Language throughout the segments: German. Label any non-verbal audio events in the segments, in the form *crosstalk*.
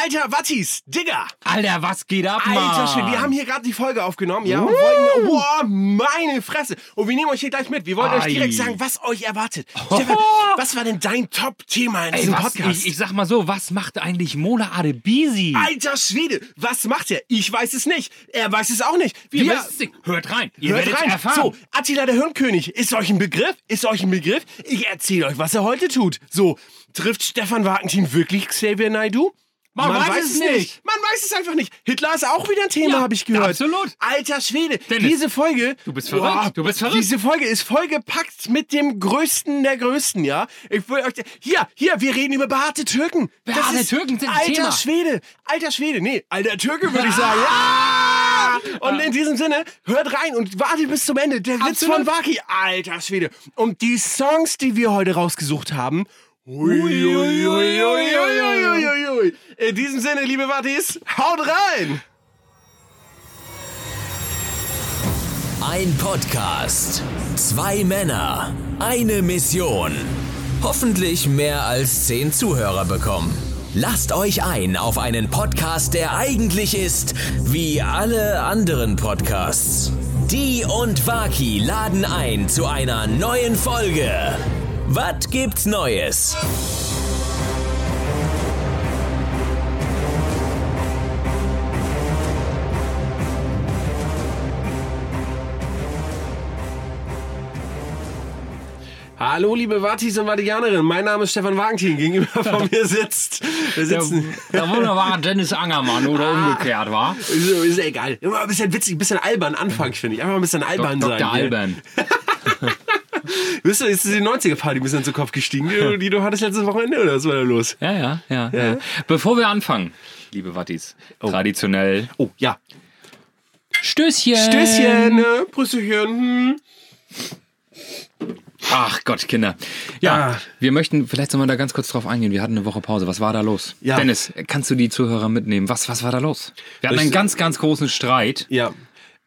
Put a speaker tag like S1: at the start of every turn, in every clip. S1: Alter, Wattis, Digga!
S2: Alter, was geht ab, Mann?
S1: Alter Schwede, wir haben hier gerade die Folge aufgenommen, ja? Und wollten, boah, meine Fresse! Und wir nehmen euch hier gleich mit. Wir wollen euch
S2: Ei.
S1: direkt sagen, was euch
S2: *laughs*
S1: erwartet. Stefan, was war denn dein Top-Thema in
S2: Ey,
S1: diesem
S2: was,
S1: Podcast?
S2: ich, ich sag mal so, was macht eigentlich Mola Adebisi?
S1: Alter Schwede, was macht er? Ich weiß es nicht. Er weiß es auch nicht. Wir,
S2: Ihr wisst es nicht. Hört rein. Ihr
S1: Hört
S2: werdet
S1: rein.
S2: erfahren.
S1: So, Attila der Hirnkönig, ist euch ein Begriff? Ist euch ein Begriff? Ich erzähle euch, was er heute tut. So, trifft Stefan Wagentin wirklich Xavier Naidoo?
S2: Man weiß es nicht.
S1: Man weiß es einfach nicht. Hitler ist auch wieder ein Thema,
S2: Ja,
S1: habe ich gehört.
S2: absolut.
S1: Alter Schwede,
S2: Dennis,
S1: diese Folge.
S2: du bist verrückt, du bist verrückt.
S1: Diese Folge ist vollgepackt mit dem Größten der Größten, ja? Ich will euch. Hier, hier, wir reden über behaarte Türken. Das
S2: Behaarte
S1: ist-
S2: Türken sind ein
S1: Alter
S2: Thema.
S1: Schwede, alter Schwede, nee, alter Türke würde ich *laughs* sagen. Ja! Und in diesem Sinne, hört rein und wartet bis zum Ende. Der Witz
S2: Absolut.
S1: von Waki, alter Schwede. Und die Songs, die wir heute rausgesucht haben. Hui, hui, hui, hui, hui, hui, hui. In diesem Sinne, liebe Wattis, haut rein!
S3: Ein Podcast. Zwei Männer. Eine Mission. Hoffentlich mehr als zehn Zuhörer bekommen. Lasst euch ein auf einen Podcast, der eigentlich ist wie alle anderen Podcasts. Die und Waki laden ein zu einer neuen Folge. Was gibt's Neues?
S1: Hallo, liebe Wattis und Vatikanerinnen. Mein Name ist Stefan Wagentin. Gegenüber von mir sitzt. Wir
S2: der,
S1: sitzen. Ah.
S2: der wunderbare Dennis Angermann oder umgekehrt, war.
S1: Ist, ist egal. Immer ein bisschen witzig, ein bisschen albern anfangs, finde ich. Einfach ein bisschen albern
S2: Dr.
S1: sein. ja.
S2: Alban.
S1: Wisst ihr, ist die 90er-Party ein bisschen zu Kopf gestiegen, *laughs* die, die du hattest letztes Wochenende oder was war da los?
S2: Ja, ja, ja, ja. Bevor wir anfangen, liebe Wattis, traditionell
S1: Oh, ja.
S2: Stößchen.
S1: Stößchen, ne? Prüsselchen. Hm.
S2: Ach Gott, Kinder. Ja,
S1: Ah.
S2: wir möchten vielleicht nochmal da ganz kurz drauf eingehen. Wir hatten eine Woche Pause. Was war da los?
S1: Ja.
S2: Dennis, kannst du die Zuhörer mitnehmen? Was, was war da los? Wir hatten
S1: Ich-
S2: einen ganz, ganz großen Streit.
S1: Ja.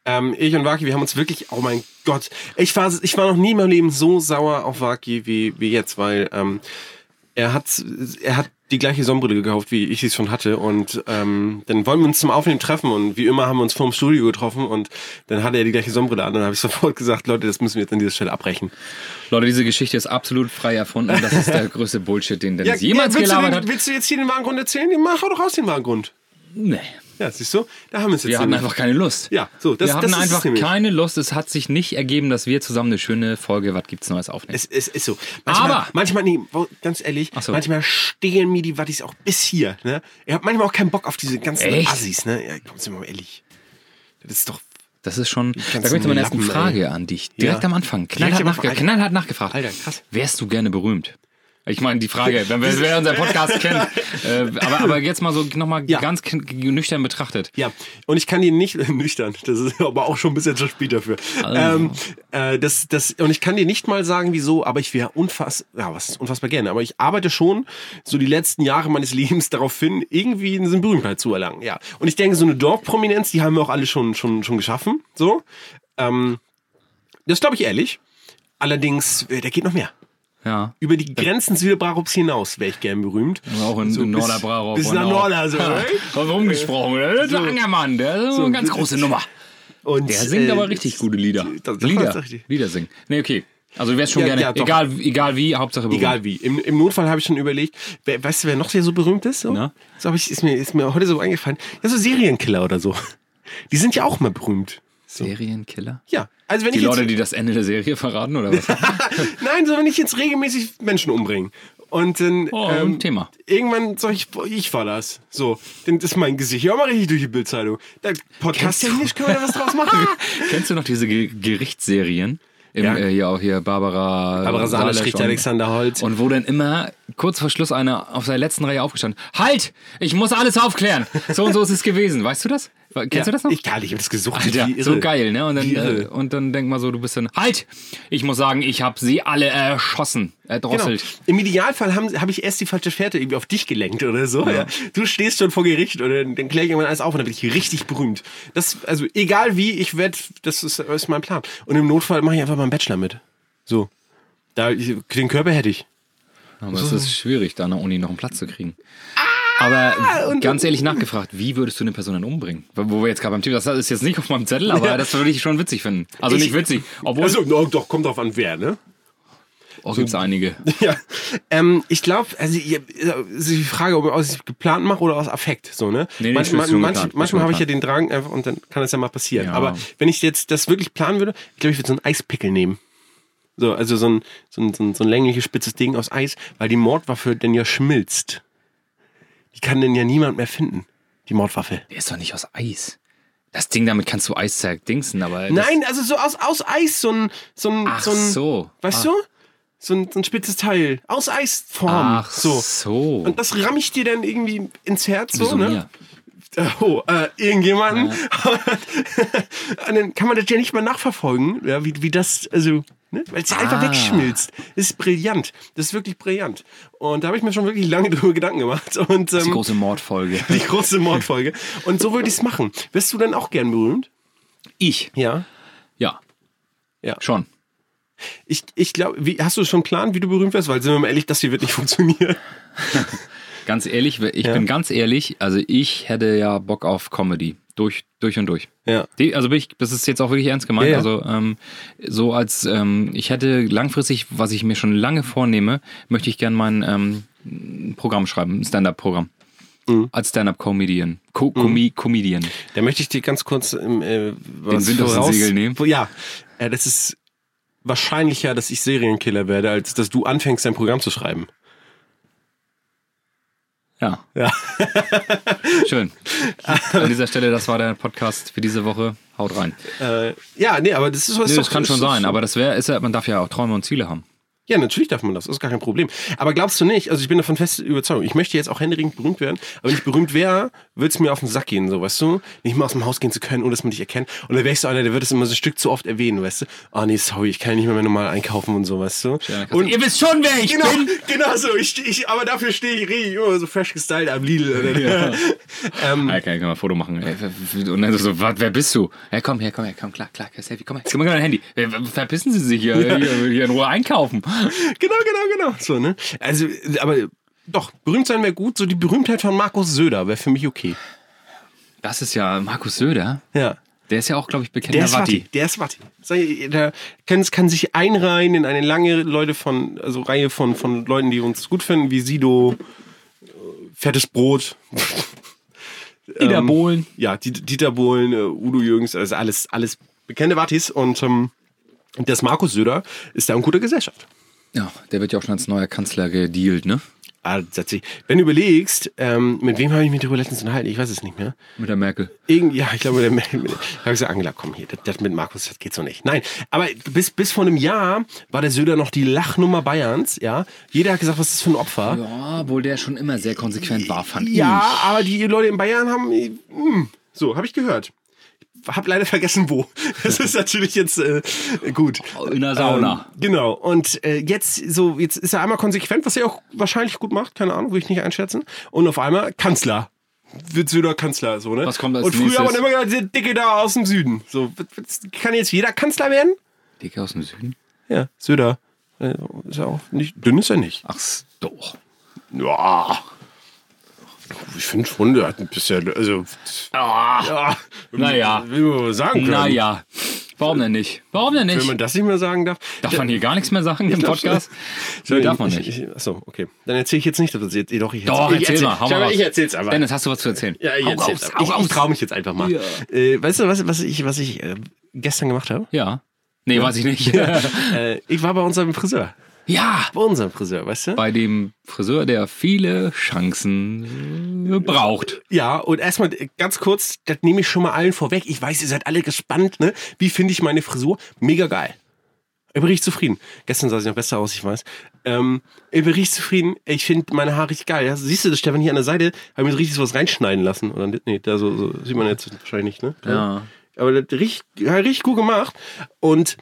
S1: Ähm, ich und Waki, wir haben uns wirklich, oh mein Gott, ich war, ich war noch nie in meinem Leben so sauer auf Waki wie, wie jetzt, weil ähm, er hat, er hat die gleiche Sonnenbrille gekauft, wie ich sie schon hatte. Und ähm, dann wollen wir uns zum Aufnehmen treffen und wie immer haben wir uns vorm Studio getroffen und dann hatte er die gleiche Sonnenbrille an. Und dann habe ich *laughs* sofort gesagt, Leute, das müssen wir jetzt an dieser Stelle abbrechen.
S2: Leute, diese Geschichte ist absolut frei erfunden. Das
S1: *laughs*
S2: ist der größte Bullshit, den Dennis jemals
S1: willst, du
S2: gelabert
S1: den,
S2: hat.
S1: willst du jetzt hier den wahren Grund erzählen? Den mach hau doch raus den wahren Grund.
S2: Nee.
S1: Ja, siehst du, da haben wir es jetzt.
S2: Wir hatten
S1: nämlich.
S2: einfach keine Lust.
S1: Ja, so, das-
S2: wir
S1: das
S2: hatten
S1: ist es
S2: einfach
S1: nämlich.
S2: keine Lust. Es hat sich nicht ergeben, dass wir zusammen eine schöne Folge Was gibt's Neues aufnehmen.
S1: es, es ist so. Manchmal,
S2: Aber-
S1: manchmal nee, wo- ganz ehrlich,
S2: Ach so.
S1: manchmal stehen mir die Wattis auch bis hier. Ne? Ihr habt manchmal auch keinen Bock auf diese ganzen
S2: Echt?
S1: Assis. Ne? Ja, komm, sind wir mal ehrlich. Das ist doch...
S2: Das ist schon. Da
S1: ganzen
S2: komme ich zu meiner ersten
S1: Lappen,
S2: Frage
S1: ey.
S2: an dich. Direkt
S1: Ja.
S2: am Anfang.
S1: Direkt
S2: Knallhart,
S1: am Anfang.
S2: nachge
S1: Alter.
S2: knallhart nachgefragt.
S1: Alter, krass.
S2: Wärst du gerne berühmt? Ich meine,
S1: *laughs*
S2: die Frage, wenn wir, wer unseren Podcast kennt. Äh, aber, aber jetzt mal so nochmal
S1: Ja.
S2: ganz kn- nüchtern betrachtet.
S1: Ja, und ich kann dir nicht *laughs* nüchtern, das ist aber auch schon ein bisschen zu spät dafür.
S2: Also.
S1: Ähm, äh, das, das, und ich kann dir nicht mal sagen, wieso, aber ich wäre unfass, ja, was, unfassbar gerne. Aber ich arbeite schon so die letzten Jahre meines *laughs* Lebens darauf hin, irgendwie eine Berühmtheit zu erlangen. Ja. Und ich denke, so eine Dorfprominenz, die haben wir auch alle schon, schon, schon geschaffen. So. Ähm, das glaube ich ehrlich. Allerdings, äh, da geht noch mehr.
S2: Ja.
S1: Über die Grenzen Süderbrarups hinaus wäre ich gern berühmt.
S2: Auch in, in
S1: bis-
S2: Norderbrauch.
S1: bis nach also, Norder, so,
S2: Ha,
S1: ey?
S2: Haben wir rumgesprochen.
S1: Äh,
S2: oder? Der Angermann, der ist so, eine ganz große Nummer.
S1: Und,
S2: Der singt
S1: äh,
S2: aber richtig gute Lieder.
S1: Das, das
S2: Lieder,
S1: war's richtig.
S2: Lieder singen. Nee, okay. Also du wärst schon
S1: Ja,
S2: gerne,
S1: ja, doch.
S2: egal, egal wie, Hauptsache berühmt.
S1: Egal wie. Im, im Notfall habe ich schon überlegt, wer, weißt du, wer noch sehr so berühmt ist? So,
S2: Na?
S1: so habe ich, ist mir, ist mir heute so eingefallen. Ja, so Serienkiller oder so. Die sind ja auch mal berühmt.
S2: Serienkiller?
S1: Ja. Also wenn
S2: Die
S1: ich jetzt,
S2: Leute, die das Ende der Serie verraten,
S1: *laughs*
S2: oder was?
S1: Nein, so wenn ich jetzt regelmäßig Menschen umbringe. Und dann ähm,
S2: Oh, ein Thema.
S1: irgendwann sag ich, boah, ich war das. So, dann ist mein Gesicht ja auch mal richtig durch die Bildzeitung. Da Podcast-technisch können wir da was draus machen.
S2: Kennst du noch diese Ge Gerichtsserien? Im,
S1: Ja.
S2: äh, hier auch hier Barbara,
S1: Barbara Salisch,
S2: Salisch
S1: Richter
S2: und-
S1: Alexander Holt.
S2: Und wo dann immer kurz vor Schluss einer auf seiner letzten Reihe aufgestanden Halt! Ich muss alles aufklären! So und so ist es gewesen. Weißt du das? Wa- *laughs* Kennst du das noch?
S1: Ich, gar nicht, ich habe das gesucht.
S2: Alter,
S1: wie irre.
S2: so geil, ne? Und dann,
S1: Wie irre.
S2: äh, und dann denk mal so, du bist dann, halt! Ich muss sagen, ich habe sie alle erschossen, erdrosselt.
S1: Genau. Im Idealfall habe hab ich erst die falsche Fährte irgendwie auf dich gelenkt oder so. Ja. Du stehst schon vor Gericht oder dann kläre ich irgendwann alles auf und dann bin ich richtig berühmt. Das, also egal wie, ich werde, das ist, ist mein Plan. Und im Notfall mache ich einfach mal einen Bachelor mit. So. Da, ich, den Körper hätte ich.
S2: Genau. Aber es ist schwierig, da an der Uni noch einen Platz zu kriegen. Aber ganz ehrlich nachgefragt, wie würdest du eine Person dann umbringen? Wo wir jetzt gerade beim Thema, das ist jetzt nicht auf meinem Zettel, aber das würde ich schon witzig finden. Also
S1: Ich-
S2: nicht witzig, obwohl.
S1: Also, no, doch, kommt drauf an, wer, ne?
S2: oh, gibt's einige.
S1: *laughs* Ja, ähm, ich glaube, also ihr- es ist die Frage, ob ich aus geplant mache oder aus Affekt, so ne?
S2: Nee, nee,
S1: Manch-
S2: ich will's nur
S1: manch-
S2: geplant.
S1: manchmal habe ich ja
S2: Geplant.
S1: den Drang einfach und dann kann das ja mal passieren.
S2: Ja.
S1: Aber wenn ich jetzt das wirklich planen würde, ich glaube, ich würde so einen Eispickel nehmen. So, also so ein, so ein, so ein, so ein längliches spitzes Ding aus Eis, weil die Mordwaffe denn ja schmilzt. Die kann denn ja niemand mehr finden. Die Mordwaffe.
S2: Der ist doch nicht aus Eis. Das Ding, damit kannst du Eis zerdingsen, aber. das-
S1: Nein, also so aus, aus Eis, so ein, so ein,
S2: Ach
S1: so ein,
S2: so. Ah.
S1: weißt du? So ein, so ein spitzes Teil. Aus Eisform.
S2: Ach
S1: so.
S2: so. so.
S1: Und das ramm ich dir dann irgendwie ins Herz, so,
S2: Wieso
S1: ne?
S2: mir?
S1: Oh, äh, irgendjemanden. *laughs* Und dann kann man das ja nicht mal nachverfolgen, ja, wie, wie das, also, ne? Weil es einfach
S2: Ah.
S1: wegschmilzt. Das ist brillant. Das ist wirklich brillant. Und da habe ich mir schon wirklich lange *laughs* drüber Gedanken gemacht. Und,
S2: Die
S1: ähm,
S2: große Mordfolge.
S1: die große Mordfolge. Und so würde ich es machen. Wirst du dann auch gern berühmt?
S2: Ich?
S1: Ja.
S2: Ja.
S1: Ja.
S2: Schon.
S1: Ich, ich glaube, hast du schon einen Plan, wie du berühmt wirst? Weil sind wir mal ehrlich, das hier wird nicht *laughs* funktionieren.
S2: Ganz ehrlich, ich bin ganz ehrlich, also ich hätte ja Bock auf Comedy. Durch, durch und durch.
S1: Ja.
S2: Die, also bin ich, das ist jetzt auch wirklich ernst gemeint.
S1: Ja, ja.
S2: Also ähm, so als ähm, ich hätte langfristig, was ich mir schon lange vornehme, möchte ich gern mein ähm, ein Programm schreiben, ein Stand-up-Programm.
S1: Mhm.
S2: Als Stand-up-Comedian. Co Comi Comedian.
S1: Da möchte ich dir ganz kurz ähm, äh, was
S2: Wind aus dem Segel nehmen?
S1: Ja, äh, das ist wahrscheinlicher, dass ich Serienkiller werde, als dass du anfängst, dein Programm zu schreiben.
S2: Ja.
S1: Ja.
S2: *laughs*
S1: *laughs*
S2: Schön. An dieser Stelle, das war der Podcast für diese Woche. Haut rein.
S1: Äh, ja, nee, aber das ist was.
S2: Nee, das kann schon sein, aber das wäre, ist ja, man darf ja auch Träume und Ziele haben.
S1: Ja, natürlich darf man das, ist gar kein Problem. Aber glaubst du nicht, also ich bin davon fest überzeugt, ich möchte jetzt auch händeringend berühmt werden, aber wenn ich berühmt wäre, würde es mir auf den Sack gehen, so, weißt du? Nicht mal aus dem Haus gehen zu können, ohne dass man dich erkennt. Und dann wäre ich so einer, der würde es immer so ein Stück zu oft erwähnen, weißt du? Ah, nee, sorry, ich kann ja nicht mehr, mehr normal einkaufen und so, weißt du? Und
S2: ihr wisst schon, wer ich
S1: Genau, genau so. Ich, steh- ich, aber dafür stehe ich richtig immer so fresh gestylt am Lidl.
S2: Ähm, Alter, kann ich mal ein Foto machen. Ey, Und dann so, was, wer bist du? Ja, komm her, komm her, komm, klar, klar, Selfie, komm her. Komm mal dein Handy. Äh, Verpissen Sie sich hier, hier, hier in Ruhe einkaufen.
S1: *laughs* Genau, genau, genau. So, ne? Also, aber doch, berühmt sein wäre gut. So die Berühmtheit von Markus Söder wäre für mich okay.
S2: Das ist ja Markus Söder.
S1: Ja.
S2: Der ist ja auch, glaube ich, bekannter
S1: Der ist
S2: Watti.
S1: Watti. Der ist Watti. Sag ich, Der kann, kann sich einreihen in eine lange Leute von, also Reihe von, von Leuten, die uns gut finden, wie Sido, äh, Fettes Brot, *laughs*
S2: Dieter Bohlen.
S1: ja, Diet- Dieter Bohlen, äh, Udo Jürgens, also alles, alles bekannte Wattis. Und ähm, das Markus Söder ist da in guter Gesellschaft.
S2: Ja, der wird ja auch schon als neuer Kanzler gedealt, ne?
S1: Ah, tatsächlich. Wenn du überlegst, ähm, mit wem habe ich mich darüber letztens unterhalten? Ich weiß es nicht mehr.
S2: Mit der Merkel.
S1: Irgend, ja, ich glaube, der, *laughs* mit, mit, ich habe gesagt, Angela, komm hier, das, das mit Markus, das geht so nicht. Nein, aber bis, bis vor einem Jahr war der Söder noch die Lachnummer Bayerns, ja. Jeder hat gesagt, was ist das für ein Opfer.
S2: Ja, obwohl der schon immer sehr konsequent war, fand
S1: Ja, aber die Leute in Bayern haben. äh, mh, So, habe ich gehört. Ich Hab leider vergessen, wo. *laughs* Das ist natürlich jetzt äh, gut.
S2: In der Sauna.
S1: Ähm, genau. Und äh, jetzt so, jetzt ist er einmal konsequent, was er auch wahrscheinlich gut macht, keine Ahnung, will ich nicht einschätzen. Und auf einmal Kanzler. Wird Söder Kanzler, so, ne?
S2: Was kommt als
S1: Und früher
S2: nächstes?
S1: hat man immer gesagt, der Dicke da aus dem Süden. So, wird- wird- kann jetzt jeder Kanzler werden?
S2: ich. Dicke Ähm, aus dem Süden.
S1: Ja, Söder. Äh, Ist er auch nicht, dünn ist er nicht.
S2: Ach, doch.
S1: Ja. Ich finde schon, der hat ein bisschen, also
S2: Ah,
S1: ja,
S2: Naja.
S1: Wie man wohl sagen können.
S2: naja. Warum denn nicht? Warum denn
S1: Wenn
S2: nicht?
S1: man das nicht mehr sagen darf.
S2: Darf man hier gar nichts mehr sagen im
S1: glaub
S2: Podcast?
S1: Sorry,
S2: Nee, darf man
S1: ich-
S2: nicht.
S1: Ich, achso, okay. Dann erzähle ich jetzt nicht, dass das jetzt. Doch, ich
S2: Doch,
S1: ich
S2: erzähl, mal, hau mal
S1: Ich,
S2: raus.
S1: ich erzähl's aber.
S2: Dennis, hast du was zu erzählen?
S1: ja, ich
S2: Hau
S1: erzähl's.
S2: raus,
S1: aber.
S2: hau
S1: ich ich
S2: raus.
S1: traue mich jetzt einfach mal.
S2: Ja.
S1: Äh, weißt du, was, was ich, was ich äh, gestern gemacht
S2: *laughs*
S1: habe?
S2: Ja. Nee, weiß ich nicht.
S1: Äh, ich war bei unserem Friseur.
S2: *laughs* ja.
S1: Bei unserem Friseur, weißt du?
S2: Bei dem Friseur, der viele Chancen äh, braucht.
S1: Ja, und erstmal äh, ganz kurz, das nehme ich schon mal allen vorweg. Ich weiß, ihr seid alle gespannt, ne? Wie finde ich meine Frisur? Mega geil. Ich bin richtig zufrieden. Gestern sah sie noch besser aus, ich weiß. Ähm, ich bin richtig zufrieden. Ich finde meine Haare richtig geil. Ja, siehst du das, Stefan, hier an der Seite? Haben wir so richtig was reinschneiden lassen. Oder, nee, da so, so sieht man jetzt wahrscheinlich nicht, ne?
S2: Ja.
S1: Aber das richtig, ja, richtig gut gemacht. Und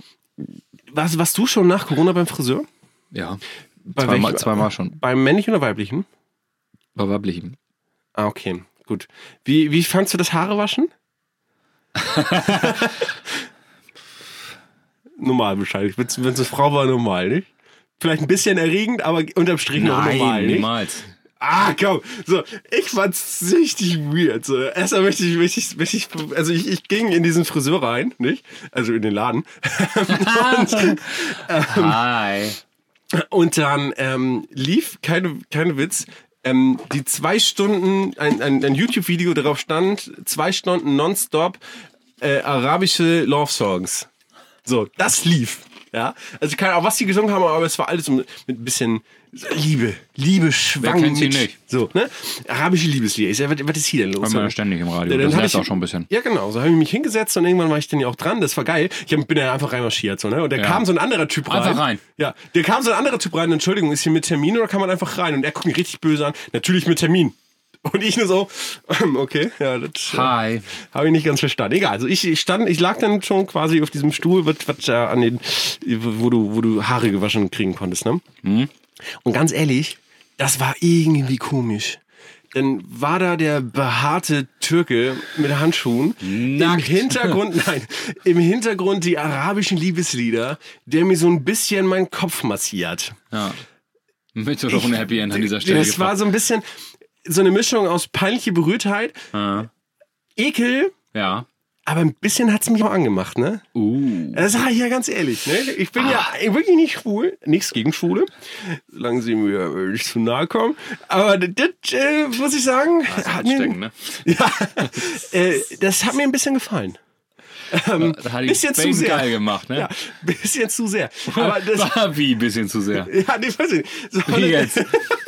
S1: was, was du schon nach Corona beim Friseur?
S2: Ja.
S1: Bei
S2: Zweimal,
S1: welchem-
S2: zweimal schon.
S1: Beim männlichen oder weiblichen?
S2: Aber bleiben.
S1: Ah, okay, gut. Wie, wie fandst du das Haare waschen? *laughs* normal wahrscheinlich. Wenn es eine Frau war, normal, nicht? Vielleicht ein bisschen erregend, aber unterm Strich noch normal, nicht?
S2: niemals.
S1: ah, komm. So, ich fand's richtig weird. So, erstmal möchte ich, möchte ich, möchte ich also ich, ich ging in diesen Friseur rein, nicht? Also in den Laden. Und,
S2: Hi.
S1: und dann ähm, lief, keine, keine Witz, ähm, die zwei Stunden, ein, ein, ein YouTube-Video darauf stand, zwei Stunden nonstop äh, arabische Love-Songs. So, das lief. Ja, also keine Ahnung, was die gesungen haben, aber es war alles so mit mit ein bisschen Liebe, Liebe schwang
S2: kennt sie
S1: mit.
S2: nicht?
S1: So, ne? Arabische Liebeslieder. Ich sag, was, was ist hier denn los?
S2: Hört man ja ständig im Radio.
S1: Ja,
S2: Das
S1: hab
S2: nervt auch schon ein bisschen.
S1: Ja, genau. So habe ich mich hingesetzt und irgendwann war ich dann ja auch dran. Das war geil. Ich hab, bin dann einfach reinmarschiert. So, ne? Und da
S2: Ja.
S1: kam so ein anderer Typ rein.
S2: Einfach rein.
S1: Ja, da kam so ein anderer Typ rein. Entschuldigung, ist hier mit Termin oder kann man einfach rein? Und er guckt mich richtig böse an. Natürlich mit Termin. Und ich nur so, ähm, okay, ja, das
S2: Hi.
S1: habe ich nicht ganz verstanden. Egal, also ich, ich stand, ich lag dann schon quasi auf diesem Stuhl, was, was äh, an den, wo du, wo du Haare gewaschen kriegen konntest, ne?
S2: Mhm.
S1: Und ganz ehrlich, das war irgendwie komisch. Dann war da der behaarte Türke mit Handschuhen. Im
S2: *laughs*
S1: Hintergrund, nein, im Hintergrund die arabischen Liebeslieder, der mir so ein bisschen meinen Kopf massiert.
S2: Ja. Mit oder ohne Happy End an dieser Stelle.
S1: Das war so ein bisschen so eine Mischung aus peinliche Berührtheit,
S2: gefragt.
S1: Ekel,
S2: ja.
S1: aber ein bisschen hat's mich auch angemacht, ne?
S2: Uh. Ah.
S1: Das sag ich ja ganz ehrlich, ne? Ich bin ja wirklich nicht schwul, nichts gegen Schwule, solange sie mir äh, nicht zu nahe kommen. Aber das, das äh, muss ich sagen, hat mir, *laughs*
S2: Anstecken, ne?
S1: ja, äh, das hat mir ein bisschen gefallen.
S2: Da hat die
S1: bisschen zu
S2: Spain
S1: sehr.
S2: geil gemacht, ne?
S1: Ja, *laughs* ein bisschen zu sehr.
S2: *laughs*
S1: Aber das,
S2: war wie ein bisschen zu sehr.
S1: ja, nee, weiß ich nicht. So,
S2: Wie jetzt?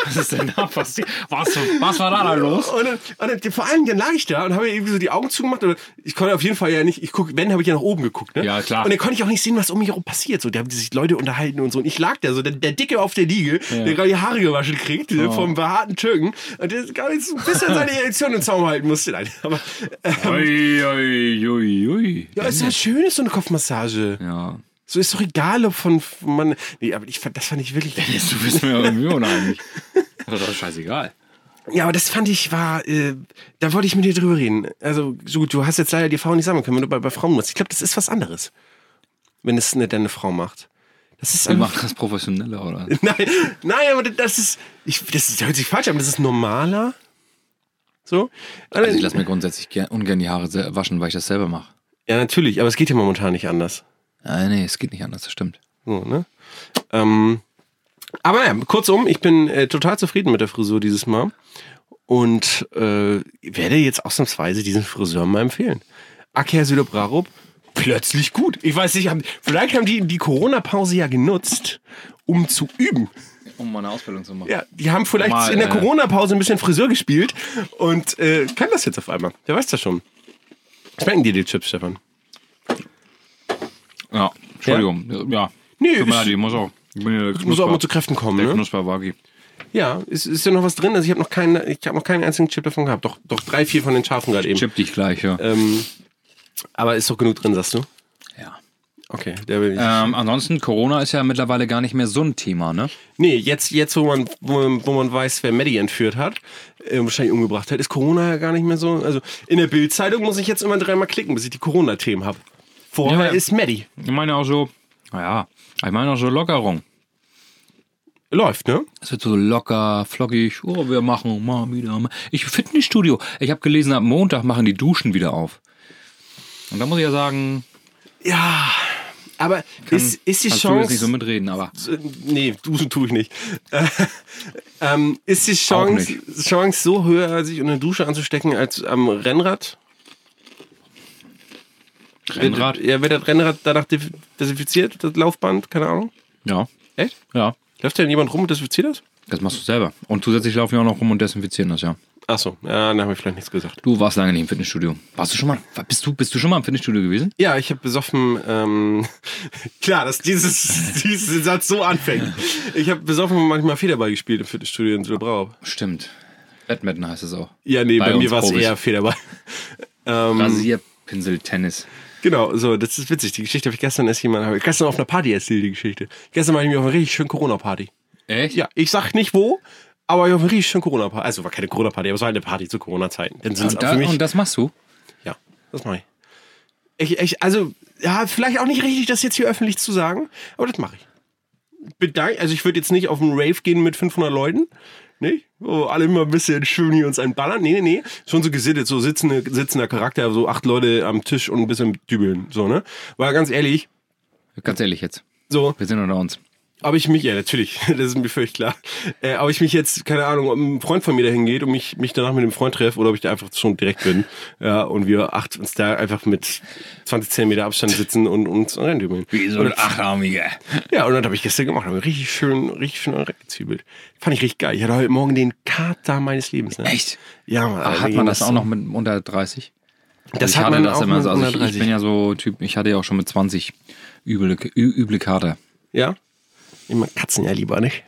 S2: Was ist denn da passiert? Was, was war da, da los?
S1: Und, dann, und dann, vor allem, dann lag ich da und habe irgendwie so die Augen zugemacht. Oder ich konnte auf jeden Fall ja nicht, ich guck, wenn, habe ich ja nach oben geguckt. Ne?
S2: Ja, klar.
S1: Und dann konnte ich auch nicht sehen, was um mich herum passiert. So, da haben sich Leute unterhalten und so. Und ich lag da so, der, der Dicke auf der Liege, der gerade die Haare gewaschen kriegt,
S2: Oh.
S1: ne, vom behaarten Türken. Und der gerade so ein
S2: *laughs*
S1: bisschen seine Erektion im Zaum halten musste. Nein, aber äh,
S2: Ui, ui, ui, ui.
S1: ja, ist ja schön, ist so eine Kopfmassage.
S2: Ja.
S1: So ist doch egal, ob von, von man. Nee, aber ich fand, das fand ich wirklich.
S2: *laughs* Du bist mir irgendwie unheimlich. *laughs* Das ist doch scheißegal.
S1: Ja, aber das fand ich war, äh, da wollte ich mit dir drüber reden. Also so gut, du hast jetzt leider die Frau nicht sammeln können, wenn du bei, bei Frauen musst. Ich glaube, das ist was anderes, wenn es eine deine Frau macht. Das ist
S2: Wir
S1: einfach,
S2: machen das professioneller, oder?
S1: *laughs* nein, nein, aber das ist, ich, das ist, hört sich falsch an, aber das ist normaler. So,
S2: Also ich lasse *laughs* mir grundsätzlich gern, ungern die Haare se- waschen, weil ich das selber mache.
S1: ja natürlich, aber es geht ja momentan nicht anders.
S2: Äh, nee, es geht nicht anders, das stimmt.
S1: So, ne? Ähm, aber ja, kurzum, ich bin äh, total zufrieden mit der Frisur dieses Mal und äh, werde jetzt ausnahmsweise diesen Friseur mal empfehlen. Aker Südobrarup, plötzlich gut. Ich weiß nicht, haben, vielleicht haben die die Corona-Pause ja genutzt, um zu üben.
S2: Um meine Ausbildung zu machen.
S1: Ja, die haben vielleicht
S2: Mal,
S1: in der
S2: äh,
S1: Corona-Pause ein bisschen Friseur gespielt und äh, kann das jetzt auf einmal. Wer weiß das schon. Schmecken dir die Chips, Stefan?
S2: Ja, Entschuldigung. Ja.
S1: Nee,
S2: Tut mir
S1: ist-
S2: leid, ich muss auch. Ich bin ja
S1: Muss auch mal zu Kräften kommen,
S2: Der
S1: ne?
S2: Knusperwagi.
S1: Ja, ist, ist ja noch was drin. Also ich habe noch keinen, ich habe noch keinen einzigen Chip davon gehabt. Doch, doch drei, vier von den Schafen gerade eben.
S2: Chip dich gleich, ja.
S1: Ähm, aber ist doch genug drin, sagst du?
S2: ja.
S1: Okay, der will ich.
S2: Ähm, ansonsten, Corona ist ja mittlerweile gar nicht mehr so ein Thema, ne?
S1: Nee, jetzt, jetzt wo, man, wo, man, wo man weiß, wer Maddie entführt hat, äh, wahrscheinlich umgebracht hat, ist Corona ja gar nicht mehr so. Also in der Bildzeitung muss ich jetzt immer dreimal klicken, bis ich die Corona-Themen habe. Vorher
S2: Ja, ja.
S1: ist Maddie.
S2: Ich meine auch so, naja, ich meine auch so Lockerung.
S1: Läuft, ne?
S2: Es wird so locker, flockig, oh, wir machen mal wieder. mal- Ich Fitnessstudio. Ich habe gelesen, ab Montag machen die Duschen wieder auf. Und da muss ich ja sagen,
S1: Ja, aber ist, ist die
S2: kannst du
S1: Chance.
S2: jetzt nicht so mitreden, aber
S1: Äh, Nee, duschen tue ich nicht. *laughs* Äh, ähm, ist die
S2: Auch
S1: Chance,
S2: nicht.
S1: Chance so höher, sich unter Dusche anzustecken, als am Rennrad?
S2: Rennrad,
S1: Wird, ja, wird das Rennrad danach def- desinfiziert, das Laufband? Keine Ahnung.
S2: ja,
S1: Echt?
S2: ja,
S1: Läuft denn jemand rum und desinfiziert das?
S2: das machst du selber. Und zusätzlich laufen wir auch noch rum und desinfizieren das, ja.
S1: Achso, ja, da habe ich vielleicht nichts gesagt.
S2: Du warst lange nicht im Fitnessstudio. Warst du schon mal, bist du, bist du schon mal im Fitnessstudio gewesen?
S1: Ja, ich habe besoffen. Ähm, *laughs* klar, dass dieses, *laughs* dieses Satz so anfängt. Ich habe besoffen manchmal Federball gespielt im Fitnessstudio in Silbrau.
S2: Stimmt. Badminton heißt es auch.
S1: Ja, nee, bei,
S2: Bei
S1: mir
S2: uns
S1: war es
S2: Profis.
S1: eher ähm, Federball. *laughs*
S2: Rasierpinsel, Tennis.
S1: Genau, so, das ist witzig. Die Geschichte habe ich gestern erst jemand, habe ich gestern auf einer Party erzählt, die Geschichte. Gestern war ich mir auf einer richtig schönen Corona-Party.
S2: Echt?
S1: Ja, ich sag nicht wo, aber ich war auf einer richtig schönen Corona-Party. Also war keine Corona-Party, aber es war eine Party zu Corona-Zeiten. Dann sind es
S2: Und, da,
S1: Also für mich.
S2: und das machst du?
S1: ja, das mache ich. ich. Ich, also, ja, vielleicht auch nicht richtig, das jetzt hier öffentlich zu sagen, aber das mache ich. Bedank, also ich würde jetzt nicht auf einen Rave gehen mit 500 Leuten. Nicht? Oh, alle immer ein bisschen schön hier uns einballern. Nee, nee, nee. Schon so gesittet, so sitzende, sitzender Charakter, so acht Leute am Tisch und ein bisschen dübeln. So, ne? Weil ganz ehrlich,
S2: Ganz ehrlich jetzt.
S1: so,
S2: Wir sind unter uns.
S1: ob ich mich, ja natürlich, *laughs* das ist mir völlig klar, äh, ob ich mich jetzt, keine Ahnung, ob ein Freund von mir dahin geht und mich, mich danach mit dem Freund treffe oder ob ich da einfach schon direkt bin *laughs* ja, und wir acht uns da einfach mit 20 Zentimeter Abstand sitzen und uns reindübeln. Und-
S2: Achtarmiger.
S1: Ja, und das habe ich gestern gemacht. Hab mir richtig schön, richtig schön reingezwiebelt. Fand ich richtig geil. Ich hatte heute Morgen den Kater meines Lebens. Ne?
S2: Echt?
S1: Ja, Mann. Alter,
S2: Ah, Hat
S1: ging
S2: man das auch noch mit unter 30?
S1: Das
S2: ich
S1: hat
S2: hatte
S1: man
S2: das
S1: auch
S2: immer
S1: mit
S2: so. Also ich, ich
S1: 130.
S2: bin ja so Typ, ich hatte ja auch schon mit 20 üble, ü- üble Kater.
S1: Ja? Immer Katzen ja lieber, nicht?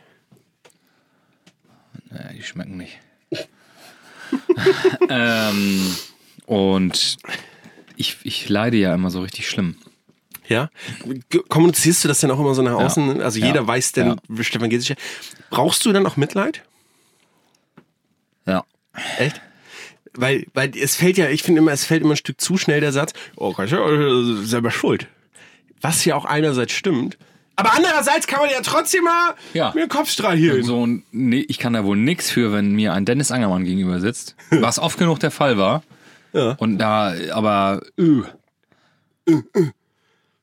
S2: Ja, Äh, die
S1: *laughs*
S2: schmecken nicht. ähm, und ich, ich leide ja immer so richtig schlimm.
S1: Ja? G- Kommunizierst du das dann auch immer so nach außen? Also
S2: Ja.
S1: jeder weiß dann, Stefan geht sich. Brauchst du dann auch Mitleid?
S2: Ja.
S1: Echt? Weil, weil es fällt ja, ich finde immer, es fällt immer ein Stück zu schnell der Satz, oh, kannst ja äh, selber schuld. Was ja auch einerseits stimmt. Aber andererseits kann man ja trotzdem mal
S2: Ja.
S1: mir einen Kopfstrahl hier hin.
S2: So, und nee, ich kann da wohl nichts für, wenn mir ein Dennis Angermann gegenüber sitzt, was oft genug der Fall war.
S1: Ja.
S2: Und da, aber, öh,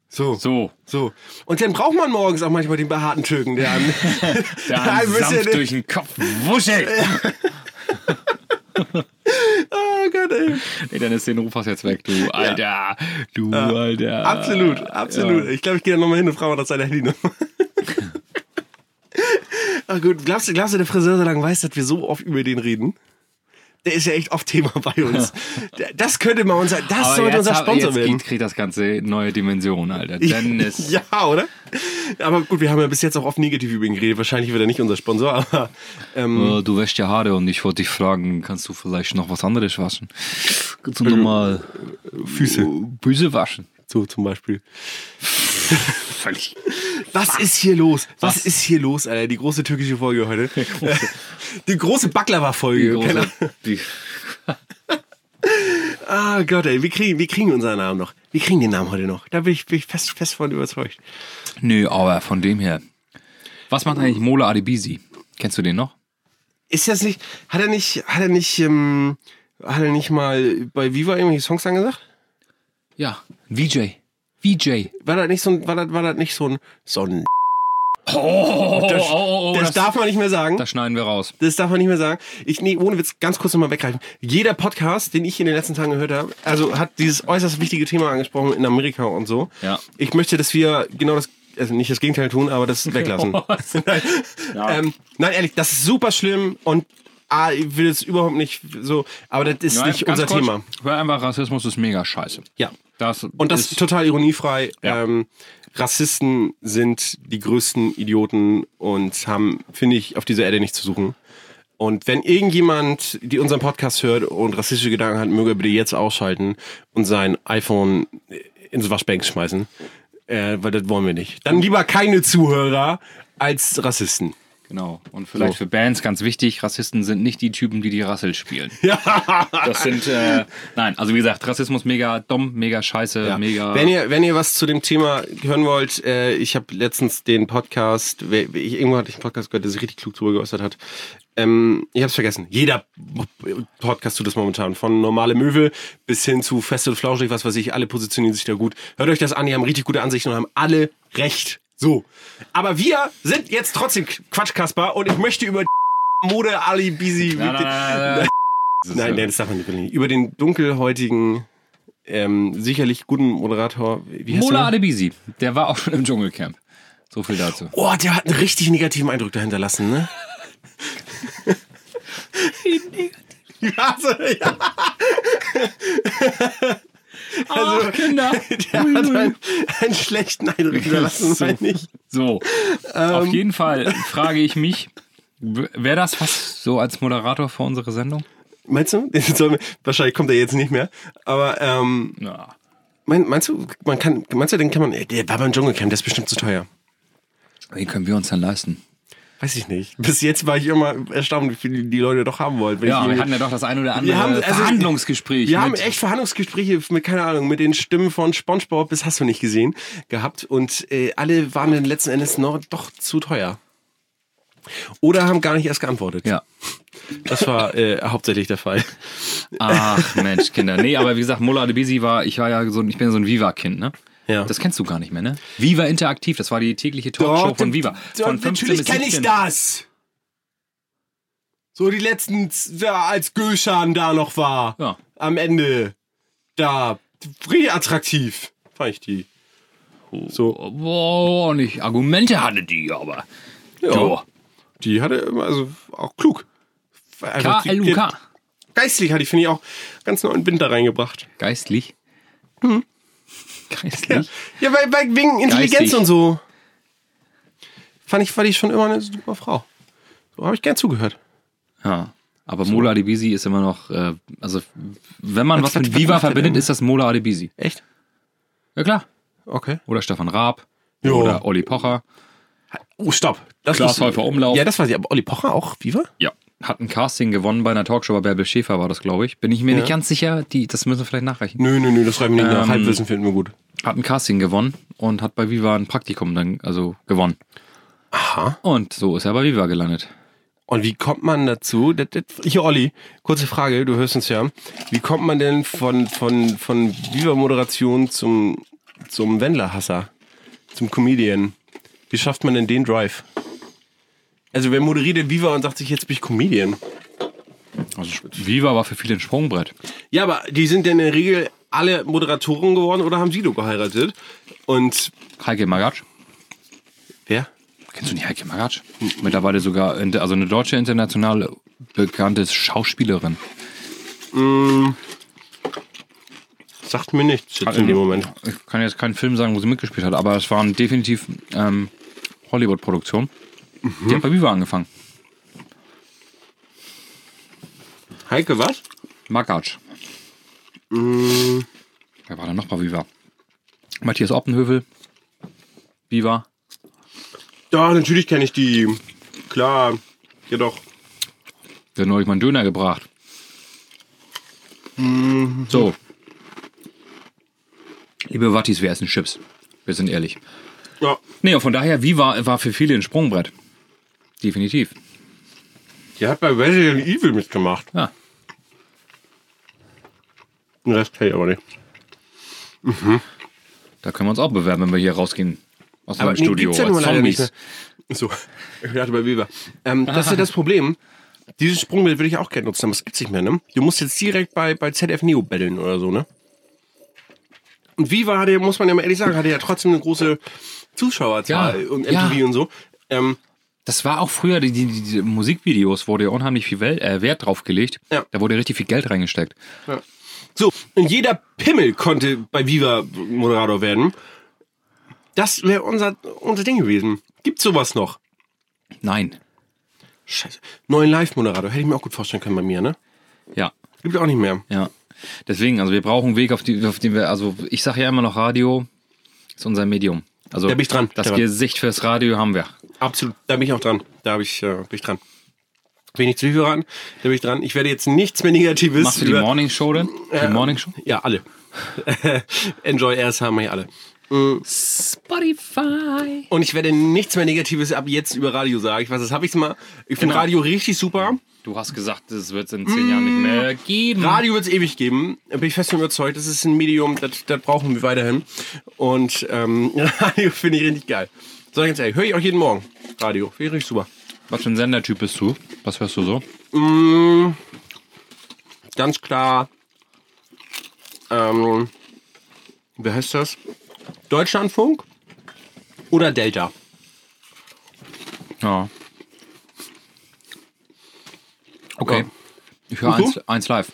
S1: So.
S2: so,
S1: So. Und dann braucht man morgens auch manchmal den behaarten Türken, der
S2: *laughs*
S1: an.
S2: da
S1: Ein bisschen
S2: sanft
S1: den-
S2: durch den Kopf, wuschel.
S1: oh Gott, ey.
S2: Nee, dann ist den Ruf hast jetzt weg, du Alter, du Alter.
S1: Absolut, absolut. Ich glaube, ich gehe da nochmal hin und frage mal nach seiner Handynummer. *laughs* Ach gut, glaubst du, glaubst du, der Friseur so lange weiß, dass wir so oft über den reden? Der ist ja echt oft Thema bei *laughs* uns. Das könnte mal unser, das
S2: Aber
S1: sollte
S2: jetzt
S1: unser
S2: hab-
S1: Sponsor
S2: jetzt
S1: werden.
S2: Jetzt kriegt das Ganze neue Dimension, Alter.
S1: *laughs*
S2: Dennis.
S1: Ja, oder? Aber gut, wir haben ja bis jetzt auch oft negativ über ihn geredet. Wahrscheinlich wird er nicht unser Sponsor, *laughs* aber
S2: Äh, Du wäschst ja Haare und ich wollte dich fragen, kannst du vielleicht noch was anderes waschen? Kannst du nochmal
S1: Füße.
S2: Füße waschen?
S1: So zum Beispiel.
S2: Völlig.
S1: Was ist hier los? Was,
S2: Was?
S1: ist hier los, Alter? Die große türkische Folge heute.
S2: *laughs*
S1: Die große Baklava-Folge. Keine- Ah Gott, ey, wir kriegen, wir kriegen unseren Namen noch. Wir kriegen den Namen heute noch. Da bin ich, bin ich fest, fest von überzeugt.
S2: Nö, aber von dem her. Was macht eigentlich Mola Adebisi? Kennst du den noch?
S1: Ist das nicht, hat er nicht, hat er nicht, ähm, hat er nicht mal bei Viva irgendwelche Songs angesagt?
S2: Ja. VJ. VJ.
S1: War das nicht so ein, war das, war das nicht so ein, so ein,
S2: Oh,
S1: das, das, darf man nicht mehr sagen.
S2: das schneiden wir raus.
S1: Das darf man nicht mehr sagen. Ich, nee, ohne Witz, ganz kurz nochmal weggreifen. Jeder Podcast, den ich in den letzten Tagen gehört habe, also hat dieses äußerst wichtige Thema angesprochen in Amerika und so.
S2: Ja.
S1: Ich möchte, dass wir genau das, also nicht das Gegenteil tun, aber
S2: *laughs*
S1: das weglassen. *laughs* nein. Ähm, nein, ehrlich, das ist super schlimm und ah, ich will es überhaupt nicht so, aber das ist nicht
S2: ganz
S1: unser
S2: kurz,
S1: Thema.
S2: Weil einfach Rassismus ist mega scheiße.
S1: Ja.
S2: Das
S1: Und das
S2: ist,
S1: total ironiefrei.
S2: Ja.
S1: Ähm, Rassisten sind die größten Idioten und haben, finde ich, auf dieser Erde nichts zu suchen. Und wenn irgendjemand, die unseren Podcast hört und rassistische Gedanken hat, möge er bitte jetzt ausschalten und sein iPhone äh, ins Waschbecken schmeißen. Äh, weil das wollen wir nicht. Dann lieber keine Zuhörer als Rassisten.
S2: Genau. Und vielleicht für Bands ganz wichtig, Rassisten sind nicht die Typen, die die Rassel spielen.
S1: *laughs* Ja.
S2: Das sind, äh, nein, also wie gesagt, Rassismus mega dumm, mega scheiße,
S1: Ja.
S2: mega...
S1: Wenn ihr, wenn ihr was zu dem Thema hören wollt, äh, ich habe letztens den Podcast, wer- ich, irgendwo hatte ich einen Podcast gehört, der sich richtig klug drüber geäußert hat. Ähm, ich habe es vergessen. Jeder Podcast tut das momentan. Von normale Möwe bis hin zu Fest und Flauschig, was weiß ich, alle positionieren sich da gut. Hört euch das an, die haben richtig gute Ansichten und haben alle recht. So. Aber wir sind jetzt trotzdem Quatschkasper und ich möchte über *laughs* die Mode Ali Bisi.
S2: Nein, nein,
S1: *laughs*
S2: nein, nein. Das ist,
S1: Nein,
S2: äh,
S1: nein, das darf man nicht belegen. Über den dunkelhäutigen, ähm, sicherlich guten Moderator. Wie heißt
S2: Mola
S1: der?
S2: Adebisi, der war auch schon im Dschungelcamp. So
S1: *laughs*
S2: viel dazu.
S1: Oh, der hat einen richtig negativen Eindruck dahinter lassen,
S2: *laughs*
S1: ne? Ja, so, ja.
S2: Also, Ach, Kinder.
S1: *laughs* Der hat halt- einen, einen schlechten
S2: *laughs*
S1: Eindruck hinterlassen,
S2: So.
S1: meine ich.
S2: So,
S1: Ähm.
S2: auf jeden Fall frage ich mich, wäre das was so als Moderator für unsere Sendung?
S1: Meinst du? Den sollen wir- Wahrscheinlich kommt er jetzt nicht mehr. Aber ähm,
S2: Ja.
S1: mein, meinst du, man kann, meinst du, den kann man. ey, Der war beim Dschungelcamp, der ist bestimmt zu teuer.
S2: Den können wir uns dann leisten.
S1: Weiß ich nicht. Bis jetzt war ich immer erstaunt, wie viel die Leute doch haben wollten. wenn ich
S2: Ja, wir
S1: irgendwie-
S2: hatten ja doch das ein oder andere
S1: Wir haben, also,
S2: Verhandlungsgespräch.
S1: Wir haben
S2: Äh, mit-
S1: echt Verhandlungsgespräche mit, keine Ahnung, mit den Stimmen von Spongebob, das hast du nicht gesehen, gehabt. Und äh, alle waren dann letzten Endes noch, doch zu teuer. Oder haben gar nicht erst geantwortet.
S2: Ja.
S1: Das war äh, hauptsächlich der Fall.
S2: Ach Mensch, Kinder. Nee, aber wie gesagt, Mola Adebisi war, ich war ja so, ein- ich bin ja so ein Viva-Kind, ne?
S1: Ja.
S2: Das kennst du gar nicht mehr, ne? Viva Interaktiv, das war die tägliche Talkshow von Viva. Von 15
S1: natürlich
S2: bis
S1: kenne ich
S2: 17.
S1: das. So die letzten, ja, als Gülschan da noch war.
S2: Ja.
S1: Am Ende. Da. Richtig attraktiv. Fand ich die.
S2: Oh.
S1: So.
S2: Wow, nicht Argumente hatte die, aber.
S1: Ja. Also
S2: Jo.
S1: Die hatte immer, also auch klug. Einfach die-
S2: KLUK.
S1: Geistlich hatte ich, finde ich, auch ganz neuen Wind da reingebracht.
S2: Geistlich.
S1: Hm.
S2: Geistlich.
S1: Ja, weil, weil wegen Intelligenz
S2: Geistig.
S1: und so. Fand ich, fand ich schon immer eine super Frau. So habe ich gern zugehört.
S2: Ja. Aber Mola Adebisi ist immer noch, äh, also wenn man was,
S1: Was-
S2: mit
S1: was
S2: Viva
S1: macht er
S2: verbindet,
S1: denn?
S2: ist das Mola Adebisi.
S1: Echt?
S2: Ja klar.
S1: Okay.
S2: Oder Stefan Raab.
S1: Jo.
S2: Oder Olli Pocher.
S1: Oh, stopp. Das
S2: Klaas
S1: wusste-
S2: Häufer Umlauf.
S1: Ja, das war sie. Aber Olli Pocher auch, Viva?
S2: Ja. Hat ein Casting gewonnen bei einer Talkshow bei Bärbel Schäfer war das, glaube ich. Bin ich mir nicht ganz sicher. Die, das müssen wir vielleicht nachreichen.
S1: Nö, nö, nö, das schreiben wir nicht nach. Halbwissen finden wir gut.
S2: Hat ein Casting gewonnen und hat bei Viva ein Praktikum dann, also gewonnen. Aha. Und so ist er bei Viva gelandet.
S1: Und wie kommt man dazu? Das, das, hier, Olli, kurze Frage, du hörst uns ja. Wie kommt man denn von, von, von Viva-Moderation zum, zum Wendler-Hasser? Zum Comedian? Wie schafft man denn den Drive? Also, wer moderiert denn Viva und sagt sich, jetzt bin ich Comedian?
S2: Also Viva war für viele ein Sprungbrett.
S1: Ja, aber die sind denn in der Regel alle Moderatoren geworden oder haben Sido geheiratet? Und
S2: Heike Magatsch.
S1: wer?
S2: Kennst du nicht Heike Magatsch? Mittlerweile sogar, in- also eine deutsche international bekannte Schauspielerin.
S1: Sagt mir nichts jetzt in dem Moment.
S2: Ich kann jetzt keinen Film sagen, wo sie mitgespielt hat, aber es waren definitiv ähm, Hollywood-Produktionen. Die hat bei Viva angefangen.
S1: Heike, was?
S2: Magatsch.
S1: Mm.
S2: Wer war da noch bei Viva? Matthias Oppenhövel. Viva.
S1: Ja, natürlich kenne ich die. Klar, jedoch.
S2: Der hat neulich mal einen Döner gebracht.
S1: Mm.
S2: So. Liebe Wattis, wir essen Chips. Wir sind ehrlich.
S1: Ja.
S2: Nee, und von daher, Viva war für viele ein Sprungbrett. Definitiv.
S1: Die hat bei Resident Evil mitgemacht.
S2: Ja.
S1: Den Rest kenne ich aber nicht.
S2: Da können wir uns auch bewerben, wenn wir hier rausgehen aus dem
S1: nee,
S2: Studio.
S1: gibt's ja
S2: als
S1: nun mal leider
S2: Zombies.
S1: nicht mehr. So, ich dachte bei Weber. Ähm, das ist ja das Problem. Dieses Sprungbild würde ich auch gerne nutzen, aber es gibt nicht mehr, ne? Du musst jetzt direkt bei, bei ZF Neo betteln oder so, ne? Und Viva hatte, ja, muss man ja mal ehrlich sagen, hatte ja trotzdem eine große Zuschauerzahl
S2: Ja,
S1: und MTV
S2: ja.
S1: und so. Ähm,
S2: Das war auch früher, die, die, die die Musikvideos wurde ja unheimlich viel Wel äh, Wert drauf gelegt.
S1: Ja.
S2: Da wurde richtig viel Geld reingesteckt.
S1: So, und jeder Pimmel konnte bei Viva Moderator werden. Das wäre unser, unser Ding gewesen. Gibt's sowas noch?
S2: Nein.
S1: Scheiße. Neuen Live-Moderator. Hätte ich mir auch gut vorstellen können bei mir, ne?
S2: Ja.
S1: Gibt auch nicht mehr.
S2: Ja. Deswegen, also wir brauchen einen Weg, auf, die, auf den wir, also ich sage ja immer noch, Radio ist unser Medium. Also
S1: Da bin ich dran,
S2: das
S1: Stefan.
S2: Gesicht fürs Radio haben wir.
S1: Absolut. Da bin ich auch dran. Da hab ich, äh, bin ich dran. Bin ich nicht zu viel voran, da bin ich dran. Ich werde jetzt nichts mehr Negatives.
S2: Machst du die
S1: über-
S2: Morning Show denn? Die Morning Show?
S1: Ja, alle. *laughs* Enjoy RS haben wir hier alle. Mm.
S2: Spotify.
S1: Und ich werde nichts mehr Negatives ab jetzt über Radio sagen. Ich weiß, das habe ich mal. Ich finde
S2: Genau.
S1: Radio richtig super.
S2: Du hast gesagt, es wird es in zehn Jahren nicht mehr geben.
S1: Mm. Radio wird es ewig geben. Da bin ich fest von überzeugt. Das ist ein Medium, das, das brauchen wir weiterhin. Und ähm, *laughs* Radio finde ich richtig geil. Sag ich ganz ehrlich, höre ich auch jeden Morgen. Radio, finde ich richtig super.
S2: Was für ein Sendertyp bist du? Was hörst du so?
S1: Ganz klar. Ähm, wer heißt das? Deutschlandfunk oder Delta?
S2: Ja. Okay.
S1: Ja.
S2: Ich höre
S1: Und du?
S2: eins, eins live.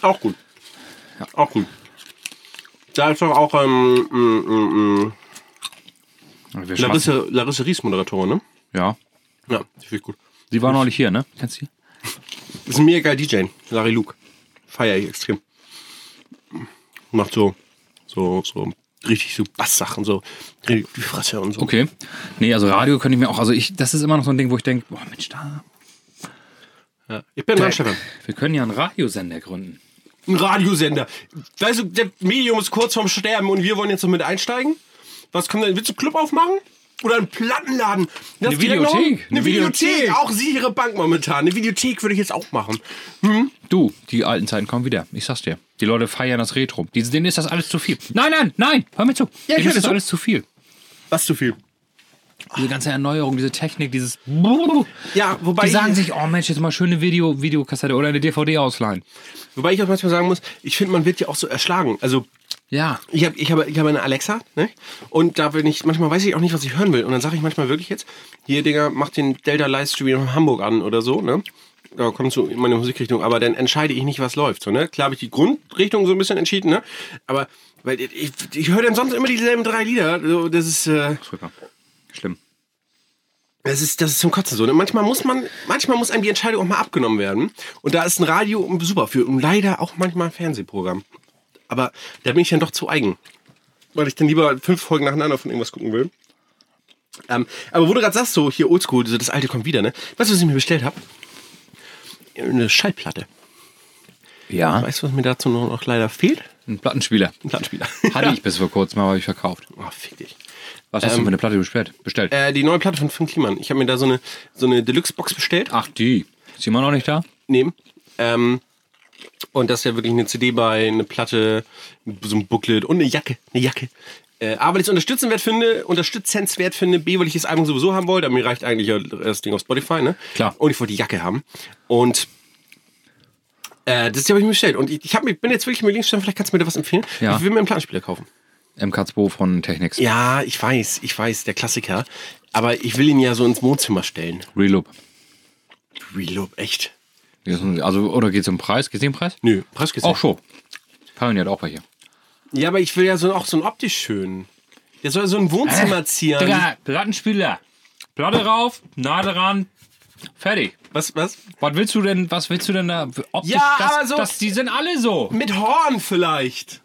S1: Auch gut. Auch gut. Da ist doch auch ähm, m, m, m,
S2: Wir schmatzen-
S1: Larissa, Larissa Ries Moderatorin, ne?
S2: Ja.
S1: Ja, die finde ich gut.
S2: Sie war neulich hier, ne? Kennst du sie?
S1: Ist ein mega geil DJ, Larry Luke. Feier ich extrem. Macht so, so, so richtig so Basssachen, so richtig auf die Fresse und so.
S2: Okay. Nee, also Radio könnte ich mir auch, also ich, das ist immer noch so ein Ding, wo ich denke, boah Mensch, da,
S1: Ja. Ich bin dran, Stefan.
S2: wir können ja einen Radiosender gründen.
S1: Ein Radiosender. Weißt du, das Medium ist kurz vorm Sterben und wir wollen jetzt noch mit einsteigen? Was können wir? Willst du einen Club aufmachen? Oder einen Plattenladen. Das
S2: Eine
S1: ist direkt noch-
S2: Videothek.
S1: Eine
S2: Eine
S1: Videothek.
S2: Videothek.
S1: Auch sichere Bank momentan. Eine Videothek würde ich jetzt auch machen.
S2: Du, die alten Zeiten kommen wieder. Ich sag's dir. Die Leute feiern das Retro. Die- Denen ist das alles zu viel. Nein, nein, nein, hör mir zu.
S1: Ja, ich
S2: Denen
S1: höre
S2: ist das
S1: zu.
S2: alles zu viel.
S1: Was zu viel.
S2: Diese ganze Erneuerung, diese Technik, dieses.
S1: Ja, wobei
S2: Die sagen
S1: ich,
S2: sich, oh Mensch, jetzt mal schöne Video, Videokassette oder eine DVD ausleihen.
S1: wobei ich auch manchmal sagen muss, ich finde, man wird ja auch so erschlagen. Also
S2: Ja.
S1: ich habe ich habe, ich habe eine Alexa, ne? Und da bin ich, manchmal weiß ich auch nicht, was ich hören will. Und dann sage ich manchmal wirklich jetzt, hier, Digga, mach den Delta Livestream in Hamburg an oder so, ne? Da kommt so in meine Musikrichtung, aber dann entscheide ich nicht, was läuft. So, ne? Klar habe ich die Grundrichtung so ein bisschen entschieden, ne? Aber weil ich, ich höre dann sonst immer dieselben drei Lieder. So, das ist. Äh,
S2: Schlimm.
S1: das ist, das ist zum Kotzen so. Und manchmal muss man, manchmal muss einem die Entscheidung auch mal abgenommen werden. Und da ist ein Radio super für und leider auch manchmal ein Fernsehprogramm. Aber da bin ich dann doch zu eigen. Weil ich dann lieber fünf Folgen nacheinander von irgendwas gucken will. Ähm, aber wo du gerade sagst, so hier oldschool, so das alte kommt wieder, ne? Weißt du, was ich mir bestellt habe? Eine Schallplatte.
S2: Ja.
S1: Weißt du, was mir dazu noch, noch leider fehlt?
S2: Ein Plattenspieler.
S1: Ein Plattenspieler.
S2: Hatte
S1: *laughs*
S2: ich bis vor kurzem, aber habe ich verkauft.
S1: Oh, fick dich.
S2: Was
S1: Ähm.
S2: hast du für eine Platte bestellt? bestellt?
S1: Äh, die neue Platte von Finn Kliman. Ich habe mir da so eine, so eine Deluxe-Box bestellt.
S2: Ach, die. Ist immer noch nicht da?
S1: nehmen. Ähm, und das ist ja wirklich eine CD bei, eine Platte, so ein Booklet und eine Jacke. Eine Jacke. Äh, aber ich es unterstützenswert finde, unterstützenswert finde, B, weil ich das Album sowieso haben wollte, aber mir reicht eigentlich ja das Ding auf Spotify, ne?
S2: Klar.
S1: Und ich wollte die Jacke haben. Und äh, das habe ich mir bestellt. Und ich, ich hab, mir- bin jetzt wirklich mit links vielleicht kannst du mir da was empfehlen.
S2: Ja.
S1: Ich will mir einen Plattenspieler kaufen.
S2: MK2 von Technics.
S1: Ja, ich weiß, ich weiß, der Klassiker. Aber ich will ihn ja so ins Wohnzimmer stellen.
S2: Reloop.
S1: Reloop, echt?
S2: Also, oder geht's um Preis? Geht's um Preis?
S1: Nö, Preis
S2: Auch schon. Pioneer hat auch welche.
S1: Ja, aber ich will ja so, auch so einen optisch schönen. Der soll so ein Wohnzimmer zieren.
S2: Äh, Digga, Plattenspieler. Platte rauf, Nadel ran, fertig.
S1: Was, was?
S2: Was willst du denn, was willst du denn da? Optisch,
S1: Ja,
S2: das,
S1: aber so-
S2: das, die sind alle so.
S1: Mit Horn vielleicht.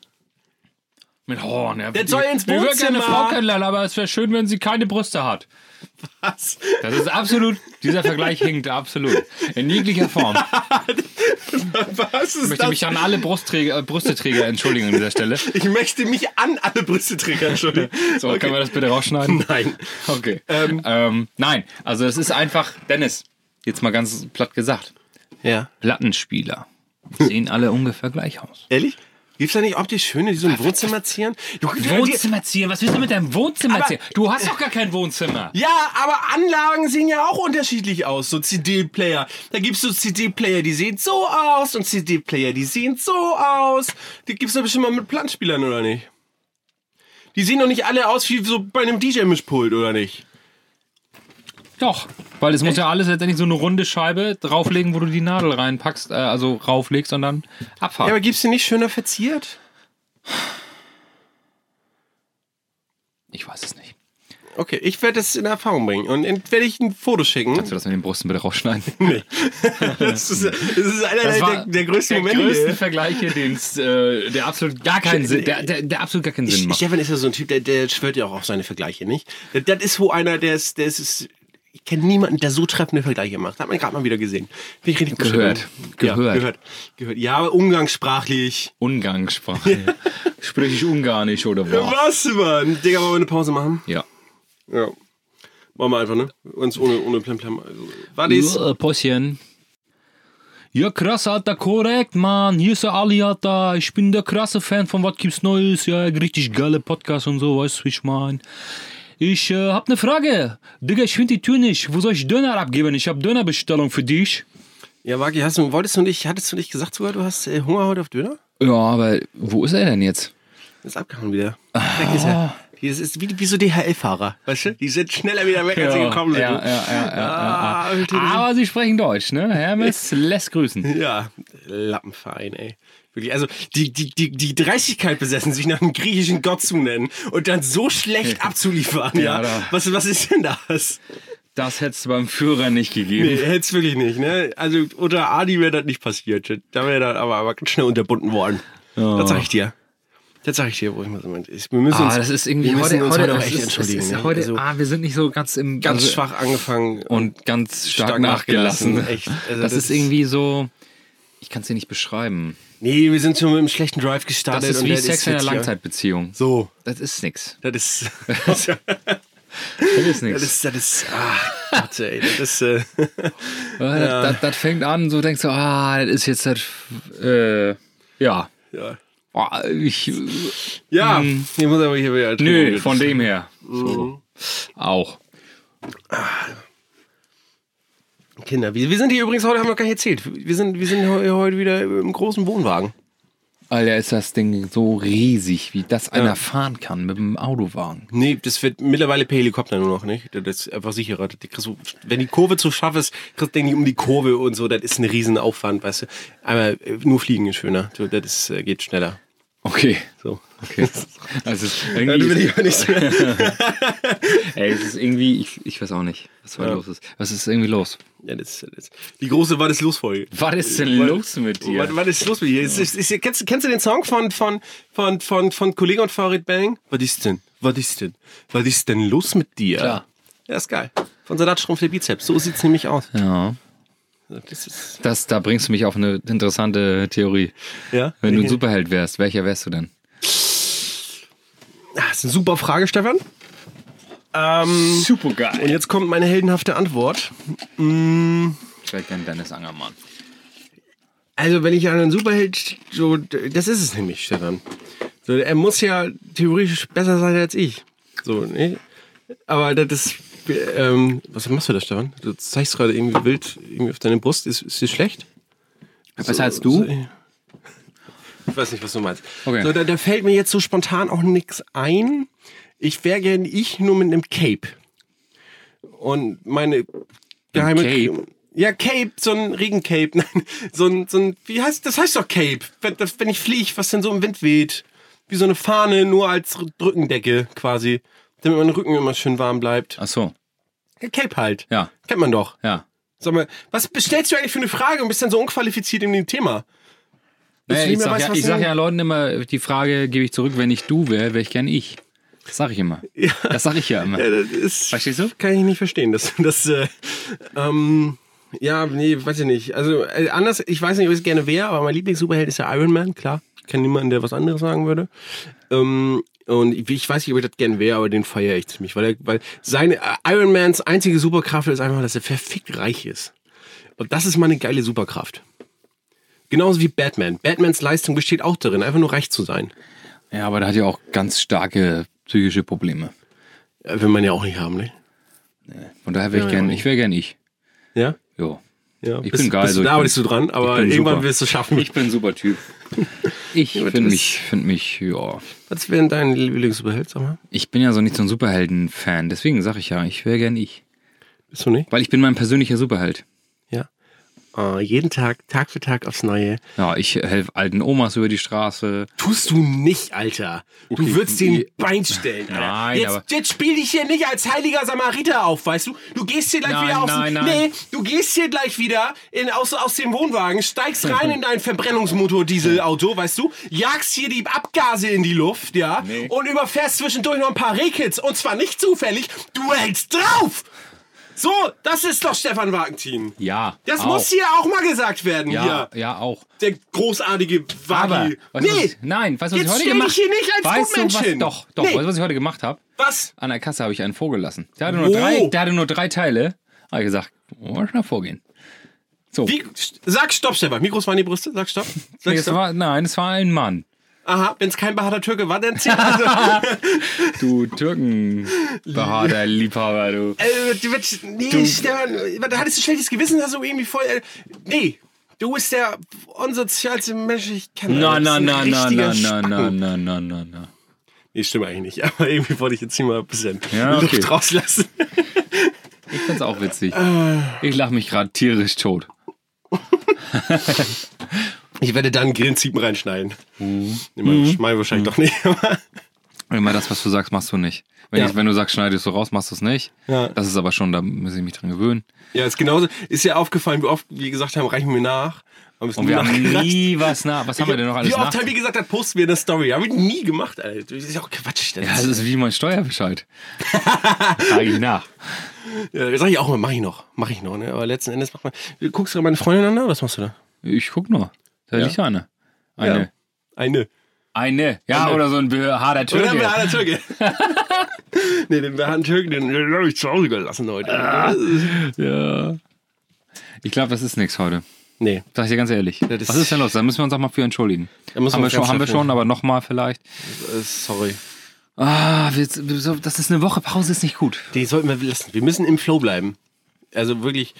S2: Mit Horn. Ja.
S1: Der soll ins
S2: Ich würde gerne eine
S1: Wohnzimmer.
S2: Frau kennenlernen, aber es wäre schön, wenn sie keine Brüste hat.
S1: Was?
S2: Das ist absolut, dieser Vergleich hinkt absolut. In jeglicher Form. Ich
S1: Was ist
S2: möchte
S1: das?
S2: mich an alle Brustträger, äh, Brüsteträger entschuldigen an dieser Stelle.
S1: ich möchte mich an alle Brüsteträger
S2: *laughs*
S1: entschuldigen.
S2: So, können wir das bitte rausschneiden?
S1: Nein.
S2: *laughs* Okay. Ähm, nein, also es ist einfach, Dennis, jetzt mal ganz platt gesagt,
S1: Ja.
S2: Plattenspieler *laughs* sehen alle ungefähr gleich aus.
S1: Ehrlich? Gibt's da nicht optisch schöne, die so ein Wohnzimmer zieren? Du- du-
S2: Wohnzimmerzieher, was willst du mit deinem Wohnzimmerzieher?
S1: Aber-
S2: Du hast doch gar kein Wohnzimmer.
S1: Ja, aber Anlagen sehen ja auch unterschiedlich aus, so CD-Player. Da gibt's so CD-Player, die sehen so aus und CD-Player, die sehen so aus. Die gibt's doch bestimmt mal mit Planspielern, oder nicht? Die sehen doch nicht alle aus wie so bei einem DJ-Mischpult, oder nicht?
S2: Doch, weil es muss ja alles letztendlich so eine runde Scheibe drauflegen, wo du die Nadel reinpackst, äh, also rauflegst und dann
S1: Ja,
S2: abfahren.
S1: aber gibt's die nicht schöner verziert?
S2: ich weiß es nicht.
S1: Okay, ich werde das in Erfahrung bringen und werde ich ein Foto schicken.
S2: Kannst du das mit den Brüsten bitte rausschneiden? *laughs*
S1: *laughs* Das ist, das ist einer der, der größten
S2: der
S1: Momente.
S2: größten Vergleiche, den es, äh, der absolut gar keinen Sinn, der, der, der absolut gar keinen Sinn macht.
S1: Stefan ist ja so ein Typ, der, der schwört ja auch auf seine Vergleiche, nicht? Das, das ist wo einer, der ist, der ist, ist ich kenne niemanden, der so treffende Vergleiche macht. Hat man gerade mal wieder gesehen. Finde ich richtig
S2: Gehört.
S1: bescheuert.
S2: Gehört.
S1: Ja, gehört. Gehört. Ja, aber umgangssprachlich.
S2: Umgangssprache. Sprich ich Ungarnisch oder was?
S1: Was, Mann? Digga, wollen wir eine Pause machen?
S2: Ja.
S1: Ja. Machen wir einfach, ne? Uns ohne, ohne Plemplem. Also, war dies?
S2: Ja, äh, Päuschen. Ja, krass, Alter, korrekt, Mann. Hier ist der Ali, Alter. Ich bin der krasse Fan von Was gibt's Neues. Ja, richtig geile Podcast und so, weißt du, wie ich mein. Ich äh, hab ne Frage. Digga, ich find die Tür nicht. Wo soll ich Döner abgeben? Ich hab Dönerbestellung für dich.
S1: Ja, Waki, hast du, wolltest du nicht, hattest du nicht gesagt sogar, du hast äh, Hunger heute auf Döner?
S2: Ja, aber wo ist er denn jetzt?
S1: Ist abgehauen wieder. Weg ist
S2: Ah.
S1: er. Das ist wie, wie so DHL-Fahrer, weißt du? Die sind schneller wieder weg, als sie gekommen sind.
S2: Ja, ja, ja, ja,
S1: Ah,
S2: ja,
S1: Alter, die
S2: ja.
S1: sind-
S2: Aber sie sprechen Deutsch, ne? Hermes lässt grüßen.
S1: Ja, Lappenverein, ey. Wirklich, also die, die, die, die Dreistigkeit besessen, sich nach einem griechischen Gott zu nennen und dann so schlecht abzuliefern, ja.
S2: Ja, da-
S1: was, was ist denn das?
S2: Das hättest du beim Führer nicht gegeben.
S1: Nee, hätt's wirklich nicht, ne? Also unter Adi wäre das nicht passiert. Da wäre das aber, aber ganz schnell unterbunden worden. Das sag ich dir. Das sag ich dir, wo ich mal so meinte. Ich- Wir müssen
S2: Ah,
S1: uns,
S2: das ist irgendwie
S1: wir müssen
S2: heute,
S1: uns
S2: heute,
S1: auch
S2: es
S1: echt
S2: ist- es
S1: entschuldigen.
S2: Ist,
S1: ne?
S2: heute,
S1: also,
S2: ah, wir sind nicht so ganz im
S1: ganz
S2: also-
S1: schwach angefangen
S2: und ganz stark,
S1: stark nachgelassen.
S2: nachgelassen. *laughs*
S1: Echt, also
S2: das,
S1: das
S2: ist irgendwie so. Ich kann es dir nicht beschreiben.
S1: Nee, wir sind schon mit einem schlechten Drive gestartet.
S2: Das ist
S1: und
S2: wie
S1: das
S2: Sex in
S1: jetzt
S2: einer
S1: hier-
S2: Langzeitbeziehung.
S1: So,
S2: *laughs* Das ist nix.
S1: das ist.
S2: Das ist
S1: Das
S2: nichts.
S1: ist, das ist, ach Gott, ey, das ist, äh,
S2: Das, das, das fängt an, so denkst du, ah, das ist jetzt das. Äh,
S1: ja.
S2: ja. Oh, ich,
S1: Ja, Hm. ich muss aber hier wieder.
S2: nö, von dem her. So. Auch.
S1: Kinder, wir, wir sind hier übrigens heute, haben wir noch gar nicht erzählt. Wir sind, wir sind he- heute wieder im großen Wohnwagen.
S2: Alter, ist das Ding so riesig, wie das einer fahren kann mit dem Autowagen.
S1: Nee, das wird mittlerweile per Helikopter nur noch, nicht? Das ist einfach sicherer. Die kriegst du, wenn die Kurve zu scharf ist, kriegst du den nicht um die Kurve und so. Das ist ein Riesenaufwand, weißt du. Einmal äh, nur fliegen ist schöner. Du, Das ist, äh, geht schneller.
S2: Okay.
S1: So.
S2: Okay. Also es ist
S1: Ja,
S2: irgendwie,
S1: du willst ja nicht mehr.
S2: *laughs* ey, es ist irgendwie ich, ich weiß auch nicht, was heute los ist. Was ist irgendwie los?
S1: Ja, das, das. Die große Wann ist los Folge.
S2: Was ist denn
S1: Wann-
S2: los mit dir?
S1: Wann, wann ist los mit dir? Ist, ist, ist, kennst, kennst du den Song von, von, von, von, von Kollegen und Farid Bang? Was ist denn? Was ist denn? Was ist denn los mit dir?
S2: Klar.
S1: Ja, ist geil. Von Salat schrumpft der Bizeps. So sieht's nämlich aus.
S2: Ja,
S1: Das ist,
S2: das, da bringst du mich auf eine interessante Theorie.
S1: ja.
S2: Wenn
S1: *laughs*
S2: du ein Superheld wärst, welcher wärst du denn?
S1: das Ah, ist eine super Frage, Stefan. Ähm, und
S2: Supergeil.
S1: jetzt kommt meine heldenhafte Antwort.
S2: Ich wäre gerne Dennis Angermann.
S1: Also, wenn ich an einen Superheld, so, das ist es nämlich, Stefan. So, er muss ja theoretisch besser sein als ich. So, ne? Aber das ist, ähm, was machst du da, Stefan? Du zeigst gerade irgendwie wild irgendwie auf deine Brust. Ist, ist das schlecht?
S2: Was heißt
S1: So, so-
S2: du?
S1: *laughs* ich weiß nicht, was du meinst.
S2: Okay.
S1: So, da, da fällt mir jetzt so spontan auch nichts ein. Ich wäre gern ich nur mit einem Cape. Und meine geheime.
S2: Cape?
S1: Ja, Cape, so ein Regencape. *laughs* Nein, so ein, so ein, wie heißt, das heißt doch Cape. Wenn, das- wenn ich fliege, was denn so im Wind weht. Wie so eine Fahne, nur als R- Rückendecke quasi. Damit mein Rücken immer schön warm bleibt.
S2: Ach so,
S1: Ja, Cape halt.
S2: ja,
S1: Kennt man doch.
S2: ja.
S1: Sag mal, was stellst du eigentlich für eine Frage und bist denn so unqualifiziert in dem Thema? Dass
S2: Naja,
S1: du nicht mehr
S2: ich sag,
S1: weißt,
S2: ja,
S1: was
S2: ich sag
S1: du-
S2: ja Leuten immer, die Frage gebe ich zurück, wenn ich du wäre, wäre ich gern ich. Das sag ich immer. Das sag ich ja immer.
S1: Ja, das ist,
S2: Verstehst du?
S1: Kann ich nicht verstehen. Das, das, äh, ähm, ja, nee, weiß ich nicht. Also äh, anders, ich weiß nicht, ob ich es gerne wäre, aber mein Lieblings-Superheld ist ja Iron Man, klar. Ich kenne niemanden, der was anderes sagen würde. Ähm, und ich, ich weiß nicht, ob ich das gerne wäre, aber den feiere ich ziemlich, weil, er, weil seine äh, Iron Mans einzige Superkraft ist einfach, dass er verfickt reich ist. Und das ist mal eine geile Superkraft. Genauso wie Batman. Batmans Leistung besteht auch darin, einfach nur reich zu sein.
S2: Ja, aber der hat ja auch ganz starke psychische Probleme.
S1: Äh, Will man ja auch nicht haben, ne?
S2: Von daher wäre ich gern, ich wäre gern ich.
S1: Ja?
S2: Jo.
S1: Ja,
S2: Ich
S1: bist,
S2: bin geil,
S1: Bist,
S2: so,
S1: du-
S2: ich
S1: da
S2: bin-
S1: bist du dran, aber
S2: ich bin
S1: irgendwann
S2: super.
S1: wirst du es schaffen.
S2: bin ein super
S1: *laughs*
S2: Typ. Ich finde
S1: das-
S2: mich, finde mich, ja.
S1: was wäre denn dein Lieblingsuperheld, sag mal?
S2: Ich bin ja so nicht so ein Superhelden-Fan, deswegen sage ich ja, ich wäre gern ich.
S1: Bist du nicht?
S2: Weil ich bin mein persönlicher Superheld.
S1: Ja. Äh, jeden Tag, Tag für Tag aufs Neue.
S2: Ja, ich helfe alten Omas über die Straße.
S1: Tust du nicht, Alter. Du würdest den Bein stellen, Alter.
S2: Nein,
S1: jetzt,
S2: aber-
S1: jetzt spiel dich hier nicht als heiliger Samariter auf, weißt du? Du gehst hier gleich
S2: Nein,
S1: wieder aus
S2: nein,
S1: dem,
S2: nein.
S1: Nee, du gehst hier gleich wieder in, aus, aus dem Wohnwagen, steigst rein in dein Verbrennungsmotor-Dieselauto, weißt du? Jagst hier die Abgase in die Luft, ja?
S2: Nee.
S1: Und überfährst zwischendurch noch ein paar Rehkids. Und zwar nicht zufällig, du hältst drauf! So, das ist doch Stefan Wagentin.
S2: Ja.
S1: Das
S2: auch.
S1: muss hier auch mal gesagt werden,
S2: Ja,
S1: hier.
S2: ja, auch.
S1: Der großartige
S2: Aber,
S1: Wagi.
S2: weißt du, was ich, nein, weißt du, was
S1: Jetzt
S2: ich heute
S1: stell
S2: gemacht
S1: dich hier nicht als
S2: weißt du, was,
S1: Gutmenschin.
S2: Doch, doch,
S1: Nee.
S2: weißt du, was ich heute gemacht habe?
S1: Was?
S2: An der Kasse habe ich einen vorgelassen. Der hatte nur,
S1: Wow.
S2: drei, der hatte nur drei Teile. Habe ich gesagt, wollen schnell vorgehen. So.
S1: Wie, sag Stopp, Stefan. Mikros waren die Brüste. Sag
S2: *laughs*
S1: Stopp.
S2: Nee,
S1: Sag
S2: es
S1: Stopp.
S2: war, nein, es war ein Mann.
S1: Aha, wenn es kein behaarter Türke war, dann zählt also,
S2: *laughs* Du Türkenbehaarter Liebhaber, du.
S1: äh, die wird- Nee, Stefan, da hattest du schlechtes Gewissen, hast du irgendwie voll. Äh, nee, du bist der unsozialste Mensch, den ich kenne. Du
S2: Na,
S1: bist
S2: na,
S1: ein
S2: na, na,
S1: richtiger
S2: na, na,
S1: Spacken.
S2: na, na, na, na, na.
S1: Nee, stimmt eigentlich nicht. *laughs* Aber irgendwie wollte ich jetzt hier mal ein bisschen
S2: Ja, okay.
S1: Luft rauslassen.
S2: Ich find's auch witzig. Ich lache mich gerade tierisch tot.
S1: Ich werde dann Grillenziepen reinschneiden. Mhm. Ich meine wahrscheinlich doch nicht. aber-
S2: Immer das, was du sagst, machst du nicht. Wenn,
S1: Ja.
S2: ich, wenn du sagst, schneidest du raus, machst du es nicht.
S1: Ja.
S2: Das ist aber schon, da muss ich mich dran gewöhnen.
S1: Ja, ist genauso. Ist ja aufgefallen, wie oft wir gesagt haben, reichen wir nach. Haben es
S2: Und
S1: nie
S2: wir haben
S1: nachgereicht.
S2: nie was nach. Was haben wir denn noch alles
S1: Wie
S2: nach?
S1: oft haben wir gesagt, das posten wir in der Story. Haben wir nie gemacht, Alter. Das ist ja auch Quatsch. Das
S2: Ja, das ist wie mein Steuerbescheid. *laughs* Frage ich nach.
S1: ja, sag ich auch mal, mach ich noch. Mach ich noch, ne? Aber letzten Endes macht man. Guckst du meine Freundin an oder was machst du da?
S2: Ich guck nur. Da liegt ja eine. Eine.
S1: Eine.
S2: Eine. Ja, oder so ein behaarter
S1: Oder haben wir
S2: Türke.
S1: alle Türke?
S2: *laughs*
S1: nee, den Bernd Högen, den, den habe ich zu Hause gelassen heute.
S2: Ah. Ja. Ich glaube, das ist nichts heute.
S1: Nee.
S2: Sag ich dir ganz ehrlich.
S1: Das ist-
S2: Was ist denn los? Da müssen wir uns auch mal für entschuldigen.
S1: Da müssen wir
S2: Haben wir
S1: uns
S2: schon,
S1: ganz
S2: haben wir
S1: dafür-
S2: schon aber nochmal vielleicht.
S1: Äh, Sorry.
S2: Ah, wir, so, das ist eine Woche Pause, ist nicht gut.
S1: Die sollten wir lassen. Wir müssen im Flow bleiben. Also wirklich.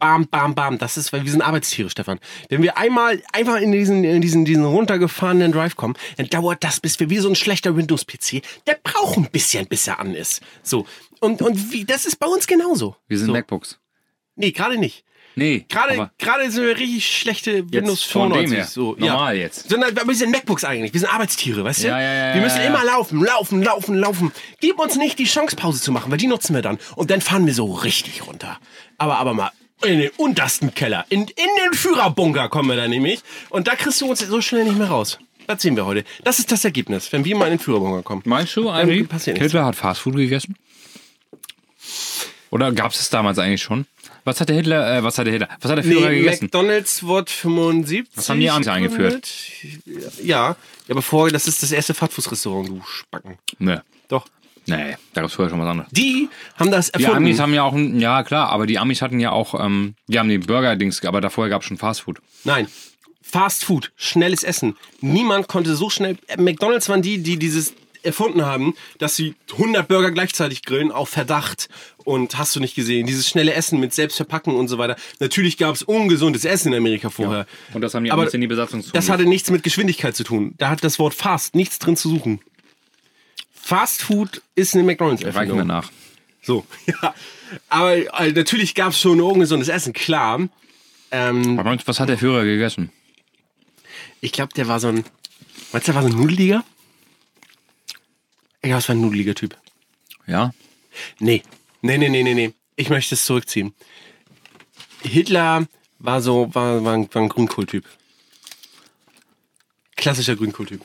S1: Bam, bam, bam. Das ist, weil wir sind Arbeitstiere, Stefan. Wenn wir einmal einfach in diesen, in diesen, diesen runtergefahrenen Drive kommen, dann dauert das, bis wir wie so ein schlechter Windows-PC, der braucht ein bisschen, bis er an ist. So. Und, und wie, das ist bei uns genauso.
S2: Wir sind
S1: so.
S2: MacBooks.
S1: Nee, gerade nicht.
S2: Nee,
S1: Gerade,
S2: aber
S1: gerade sind wir richtig schlechte Windows
S2: von
S1: 95.
S2: dem her.
S1: So,
S2: Normal
S1: ja.
S2: jetzt.
S1: Sondern wir sind MacBooks eigentlich. Wir sind Arbeitstiere, weißt du?
S2: Ja, ja, ja,
S1: wir müssen
S2: ja, ja.
S1: immer laufen, laufen, laufen, laufen. Gib uns nicht die Chance, Pause zu machen, weil die nutzen wir dann. Und dann fahren wir so richtig runter. Aber, aber mal in den untersten Keller. In, in den Führerbunker kommen wir dann nämlich. Und da kriegst du uns so schnell nicht mehr raus. Das sehen wir heute. Das ist das Ergebnis, wenn wir mal in den Führerbunker kommen.
S2: meinst du
S1: Irgendwie
S2: eigentlich,
S1: passiert
S2: Hitler hat Fastfood gegessen? Oder gab es es damals eigentlich schon? Was hat der Hitler, äh, was hat der Hitler, was hat der Führer gegessen?
S1: McDonalds Wort 75. Was
S2: haben die Amis eingeführt?
S1: Ja, aber vorher, das ist das erste Fatfuß-Restaurant, du Spacken.
S2: Nö.
S1: Doch.
S2: Nee, da gab es vorher schon was anderes.
S1: Die haben das
S2: Die
S1: erfunden.
S2: Amis haben ja auch, ein- ja klar, aber die Amis hatten ja auch, ähm, die haben den Burger-Dings, aber davor gab es schon Fastfood.
S1: Nein. Fast Food, schnelles Essen. Niemand konnte so schnell. äh, McDonalds waren die, die dieses erfunden haben, dass sie 100 Burger gleichzeitig grillen, auf Verdacht. Und hast du nicht gesehen, dieses schnelle Essen mit Selbstverpacken und so weiter. Natürlich gab es ungesundes Essen in Amerika vorher.
S2: Und das haben die
S1: Aber
S2: Amis in die Besatzungszone.
S1: Das hatte nichts mit Geschwindigkeit zu tun. Da hat das Wort Fast nichts drin zu suchen. Fast Food ist eine
S2: Reichen wir
S1: McDonalds-Erfindung.
S2: nach.
S1: So, *laughs* ja. Aber äh, natürlich gab es schon ungesundes Essen, klar. Ähm,
S2: Aber was hat der Führer gegessen?
S1: ich glaube, der war so ein. Meinst du, der war so ein Nudeliger? Ich glaube, es war ein nudeliger Typ.
S2: Ja?
S1: Nee. Nee, nee, nee, nee, nee. Ich möchte es zurückziehen. Hitler war so, war, war ein, war ein Grünkohltyp. Klassischer Grünkohltyp.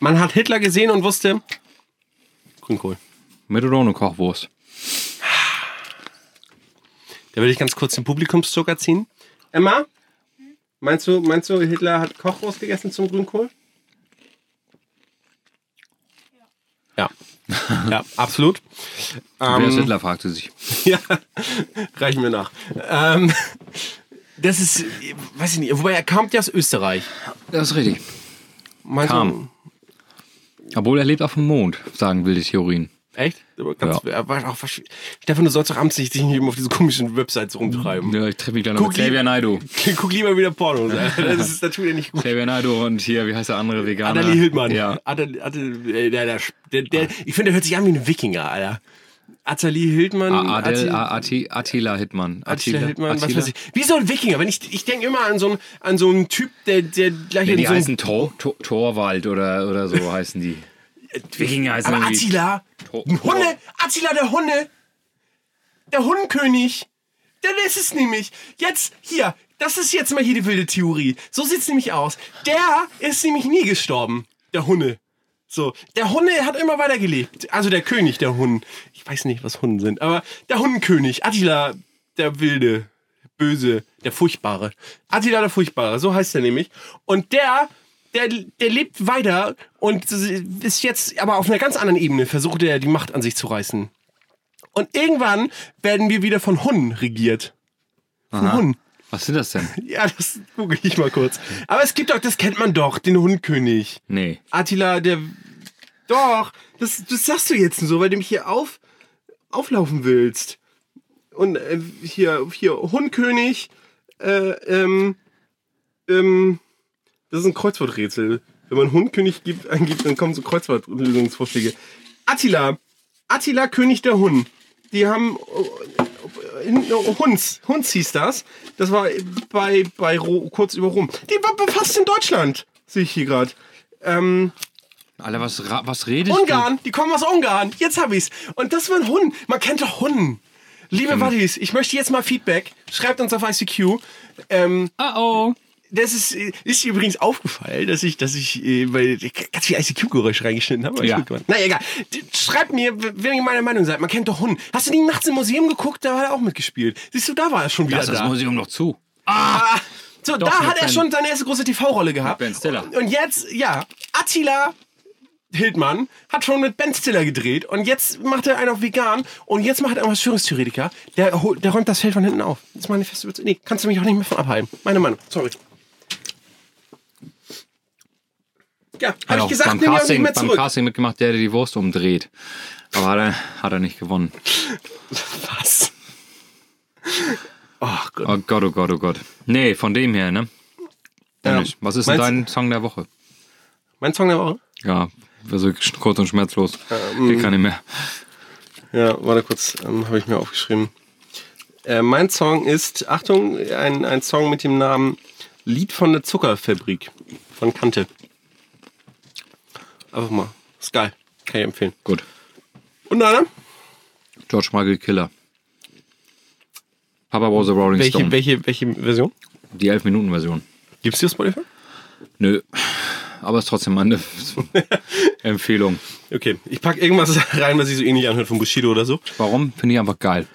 S1: Man hat Hitler gesehen und wusste, Grünkohl.
S2: Mit oder ohne Kochwurst?
S1: Da will ich ganz kurz den Publikumszucker ziehen. Emma, meinst du, meinst du, Hitler hat Kochwurst gegessen zum Grünkohl? Ja. Ja, *laughs* absolut. Ähm.
S2: Wer ist Hitler, fragte sich.
S1: Ja, reichen wir nach. Ähm, das ist, weiß ich nicht, wobei er kam ja aus Österreich.
S2: Das ist richtig.
S1: Meinst
S2: Kam. Obwohl er lebt auf dem Mond, sagen wilde Theorien.
S1: Du, echt? Aber Ganz, er war auch, versch- Stefan, du sollst doch abends nicht dich nicht eben auf diese komischen Websites rumtreiben.
S2: Ja, ich treffe mich gleich noch
S1: Guck
S2: mit
S1: ihn.
S2: Xavier Naido.
S1: Guck lieber wieder Pornos. Alter. Das ist natürlich nicht gut.
S2: Xavier Naido und hier, wie heißt der andere Veganer?
S1: Annelie Hildmann.
S2: Äh,
S1: Hm,
S2: Ja.
S1: Adel, Adel, äh, der, der, der, der, ich finde, der hört sich an wie ein Wikinger, Alter. Athalie Hildmann.
S2: A- Adel,
S1: Atil-
S2: A- Ati, Attila Hildmann.
S1: Attila Hildmann, was weiß ich. Wie so ein Wikinger. Wenn ich, ich denke immer an so einen, an so einen Typ, der, der gleich
S2: Nee,
S1: in
S2: die
S1: so einem
S2: heißen Tor, Tor, Torwald oder, oder so *laughs* heißen die. Wikinger heißen
S1: Äh, Aber
S2: irgendwie-
S1: Attila,
S2: Ho-
S1: ein
S2: Ho-
S1: Hunde, Attila der Hunde, der Hundenkönig, der ist es nämlich. Jetzt hier, das ist jetzt mal hier die wilde Theorie. So sieht's nämlich aus. Der ist nämlich nie gestorben, der Hunde. So, der Hunde hat immer weiter gelebt. Also der König der Hunden. Ich weiß nicht, was Hunden sind, aber der Hundenkönig, Attila der Wilde, Böse, der Furchtbare. Attila der Furchtbare, so heißt er nämlich. Und der, der, der lebt weiter und ist jetzt aber auf einer ganz anderen Ebene, versucht er die Macht an sich zu reißen. Und irgendwann werden wir wieder von Hunden regiert. Von Hunden.
S2: Was sind
S1: *laughs*
S2: das denn?
S1: Ja, das google ich mal kurz. Aber es gibt doch, das kennt man doch, den Hundkönig.
S2: Nee.
S1: Attila, der. Doch, das, das sagst du jetzt so, weil du mich hier auf, auflaufen willst. Und äh, hier, hier, Hundkönig, äh, ähm, ähm, das ist ein Kreuzworträtsel. Wenn man Hundkönig gibt, eingibt, dann kommen so Kreuzwortlösungsvorschläge. Attila, Attila, König der Hunden. Die haben äh, in, Hunds, Hunds hieß das. Das war bei, bei Ro, kurz über Rom. Die war fast in Deutschland, sehe ich hier gerade. Ähm,
S2: Alter, was, ra- was redest du?
S1: Ungarn, die kommen aus Ungarn. Jetzt hab ich's. Und das war ein Hund. Man kennt doch Hunden. Liebe
S2: Mhm.
S1: Buddies, ich möchte jetzt mal Feedback. Schreibt uns auf ICQ. Ähm,
S2: Ah, oh.
S1: das ist, äh, ist übrigens aufgefallen, dass ich, dass ich, äh, weil ich ganz viel ICQ-Geräusch reingeschnitten habe. aber ist
S2: Ja.
S1: gut gemacht. Na egal. D- Schreibt mir, w- wenn ihr meiner Meinung seid. Man kennt doch Hunden. Hast du die nachts im Museum geguckt? Da hat er auch mitgespielt. Siehst du, da war er schon wieder
S2: Lass das
S1: da.
S2: Museum noch zu.
S1: Ah, so, da
S2: mit
S1: hat er
S2: Ben-
S1: schon seine erste große TV-Rolle gehabt.
S2: Ben Stiller.
S1: Und jetzt, ja, Attila, Hildmann hat schon mit Ben Stiller gedreht und jetzt macht er einen auf vegan und jetzt macht er einen Verschwörungstheoretiker. Der, hol- der räumt das Feld von hinten auf. Das Manifest wird. Nee, kannst du mich auch nicht mehr von abhalten. Meine Meinung. Sorry. Ja, habe
S2: Hat
S1: ich
S2: auch
S1: gesagt,
S2: Genau,
S1: nimm
S2: beim
S1: mich auch nicht
S2: Casting,
S1: mehr
S2: beim
S1: zurück.
S2: Casting mitgemacht, der, der die Wurst umdreht. Aber hat er, hat er nicht gewonnen.
S1: Was? *laughs* Ach Gott.
S2: Oh Gott, oh Gott, oh Gott. Nee, von dem her, ne? Dennis, was ist denn
S1: Meinst-
S2: dein Song der Woche?
S1: Mein Song der Woche?
S2: Ja, also sch- kurz und schmerzlos.
S1: Ähm,
S2: Geht gar nicht mehr.
S1: Ja, warte kurz, ähm, habe ich mir aufgeschrieben. Äh, mein Song ist, Achtung, ein, ein Song mit dem Namen Lied von der Zuckerfabrik von Kante. Einfach mal. Ist geil. Kann ich empfehlen.
S2: Gut.
S1: Und Anna?
S2: George Michael Killer. Papa was a Rolling
S1: Welche,
S2: Stone.
S1: welche, welche Version?
S2: Die 11-Minuten-Version.
S1: Gibt's die auf Spotify?
S2: Nö. Aber ist trotzdem
S1: *laughs*
S2: meine Empfehlung.
S1: Okay, ich pack irgendwas *laughs* rein, was sich so ähnlich anhört von Bushido oder so.
S2: Warum? Finde ich einfach geil.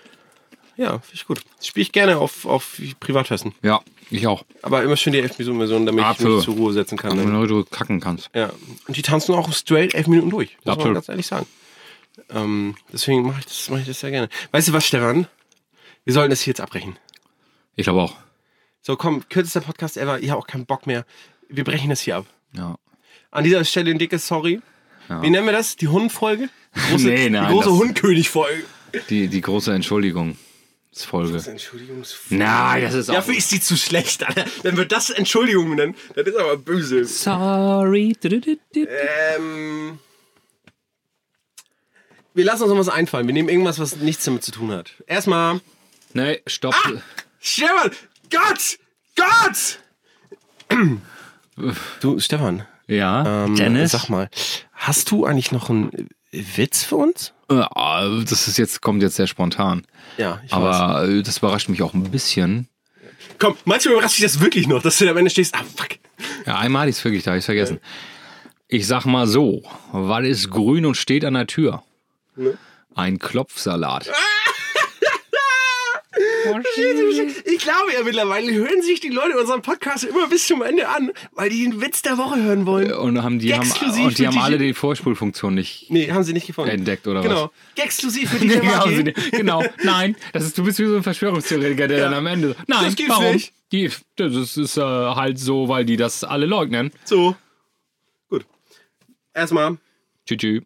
S1: Ja, finde ich gut. Spiele ich gerne auf, auf Privatfesten.
S2: Ja, ich auch.
S1: Aber immer schön die 11-Minuten-Version, damit ich
S2: Absolut.
S1: mich zur Ruhe setzen kann.
S2: Wenn du heute kacken kannst.
S1: Ja, und die tanzen auch straight elf Minuten durch. Muss man
S2: Absolut.
S1: ganz ehrlich sagen. Ähm, deswegen mache ich, das- mach ich das sehr gerne. Weißt du was, Stefan? Wir sollten das hier jetzt abbrechen.
S2: Ich glaube auch.
S1: So, komm, kürzester Podcast ever. Ich habe auch keinen Bock mehr. Wir brechen das hier ab.
S2: Ja.
S1: An dieser Stelle ein dickes Sorry. Wie nennen wir das? Die Hundenfolge? Die große,
S2: *laughs* Nee, nein,
S1: die große
S2: das-
S1: Hundkönig-Folge.
S2: Die, die große Entschuldigungsfolge.
S1: Entschuldigungsfolge.
S2: Nein, das ist auch.
S1: Dafür ist die zu schlecht, Alter. Wenn wir das Entschuldigung nennen, das ist aber böse.
S2: Sorry.
S1: Ähm. Wir lassen uns noch was einfallen. Wir nehmen irgendwas, was nichts damit zu tun hat. Erstmal.
S2: Nee, stopp.
S1: Ah! Stefan! Gott! Gott! Du, Stefan,
S2: Ja,
S1: ähm,
S2: Dennis.
S1: sag mal, hast du eigentlich noch einen äh, Witz für uns?
S2: Ah, Das ist jetzt, kommt jetzt sehr spontan.
S1: Ja, ich
S2: Aber äh, das überrascht mich auch ein bisschen.
S1: Komm, manchmal überrascht dich das wirklich noch, dass du am Ende stehst. Ah, fuck.
S2: Ja, einmal hatte ich es wirklich, da habe ich vergessen. Ich sag mal so, was ist grün und steht an der Tür? Ein Klopfsalat.
S1: *laughs* Oh, Ich glaube ja mittlerweile hören sich die Leute unseren Podcast immer bis zum Ende an, weil die den Witz der Woche hören wollen.
S2: Und haben die, haben,
S1: Exklusiv
S2: und die
S1: für
S2: haben
S1: die-
S2: alle die Vorspulfunktion nicht.
S1: *laughs* Nee, haben sie nicht gefunden.
S2: Entdeckt, oder
S1: genau. Genau. Exklusiv
S2: *laughs*
S1: für die
S2: genau,
S1: Maki.
S2: genau, nein, das ist, du bist wie so ein Verschwörungstheoretiker, der dann am Ende. Nein,
S1: Das gibt's
S2: warum?
S1: nicht.
S2: Die, das ist äh, halt so, weil die das alle leugnen.
S1: So. Gut. Erstmal.
S2: Tschüss.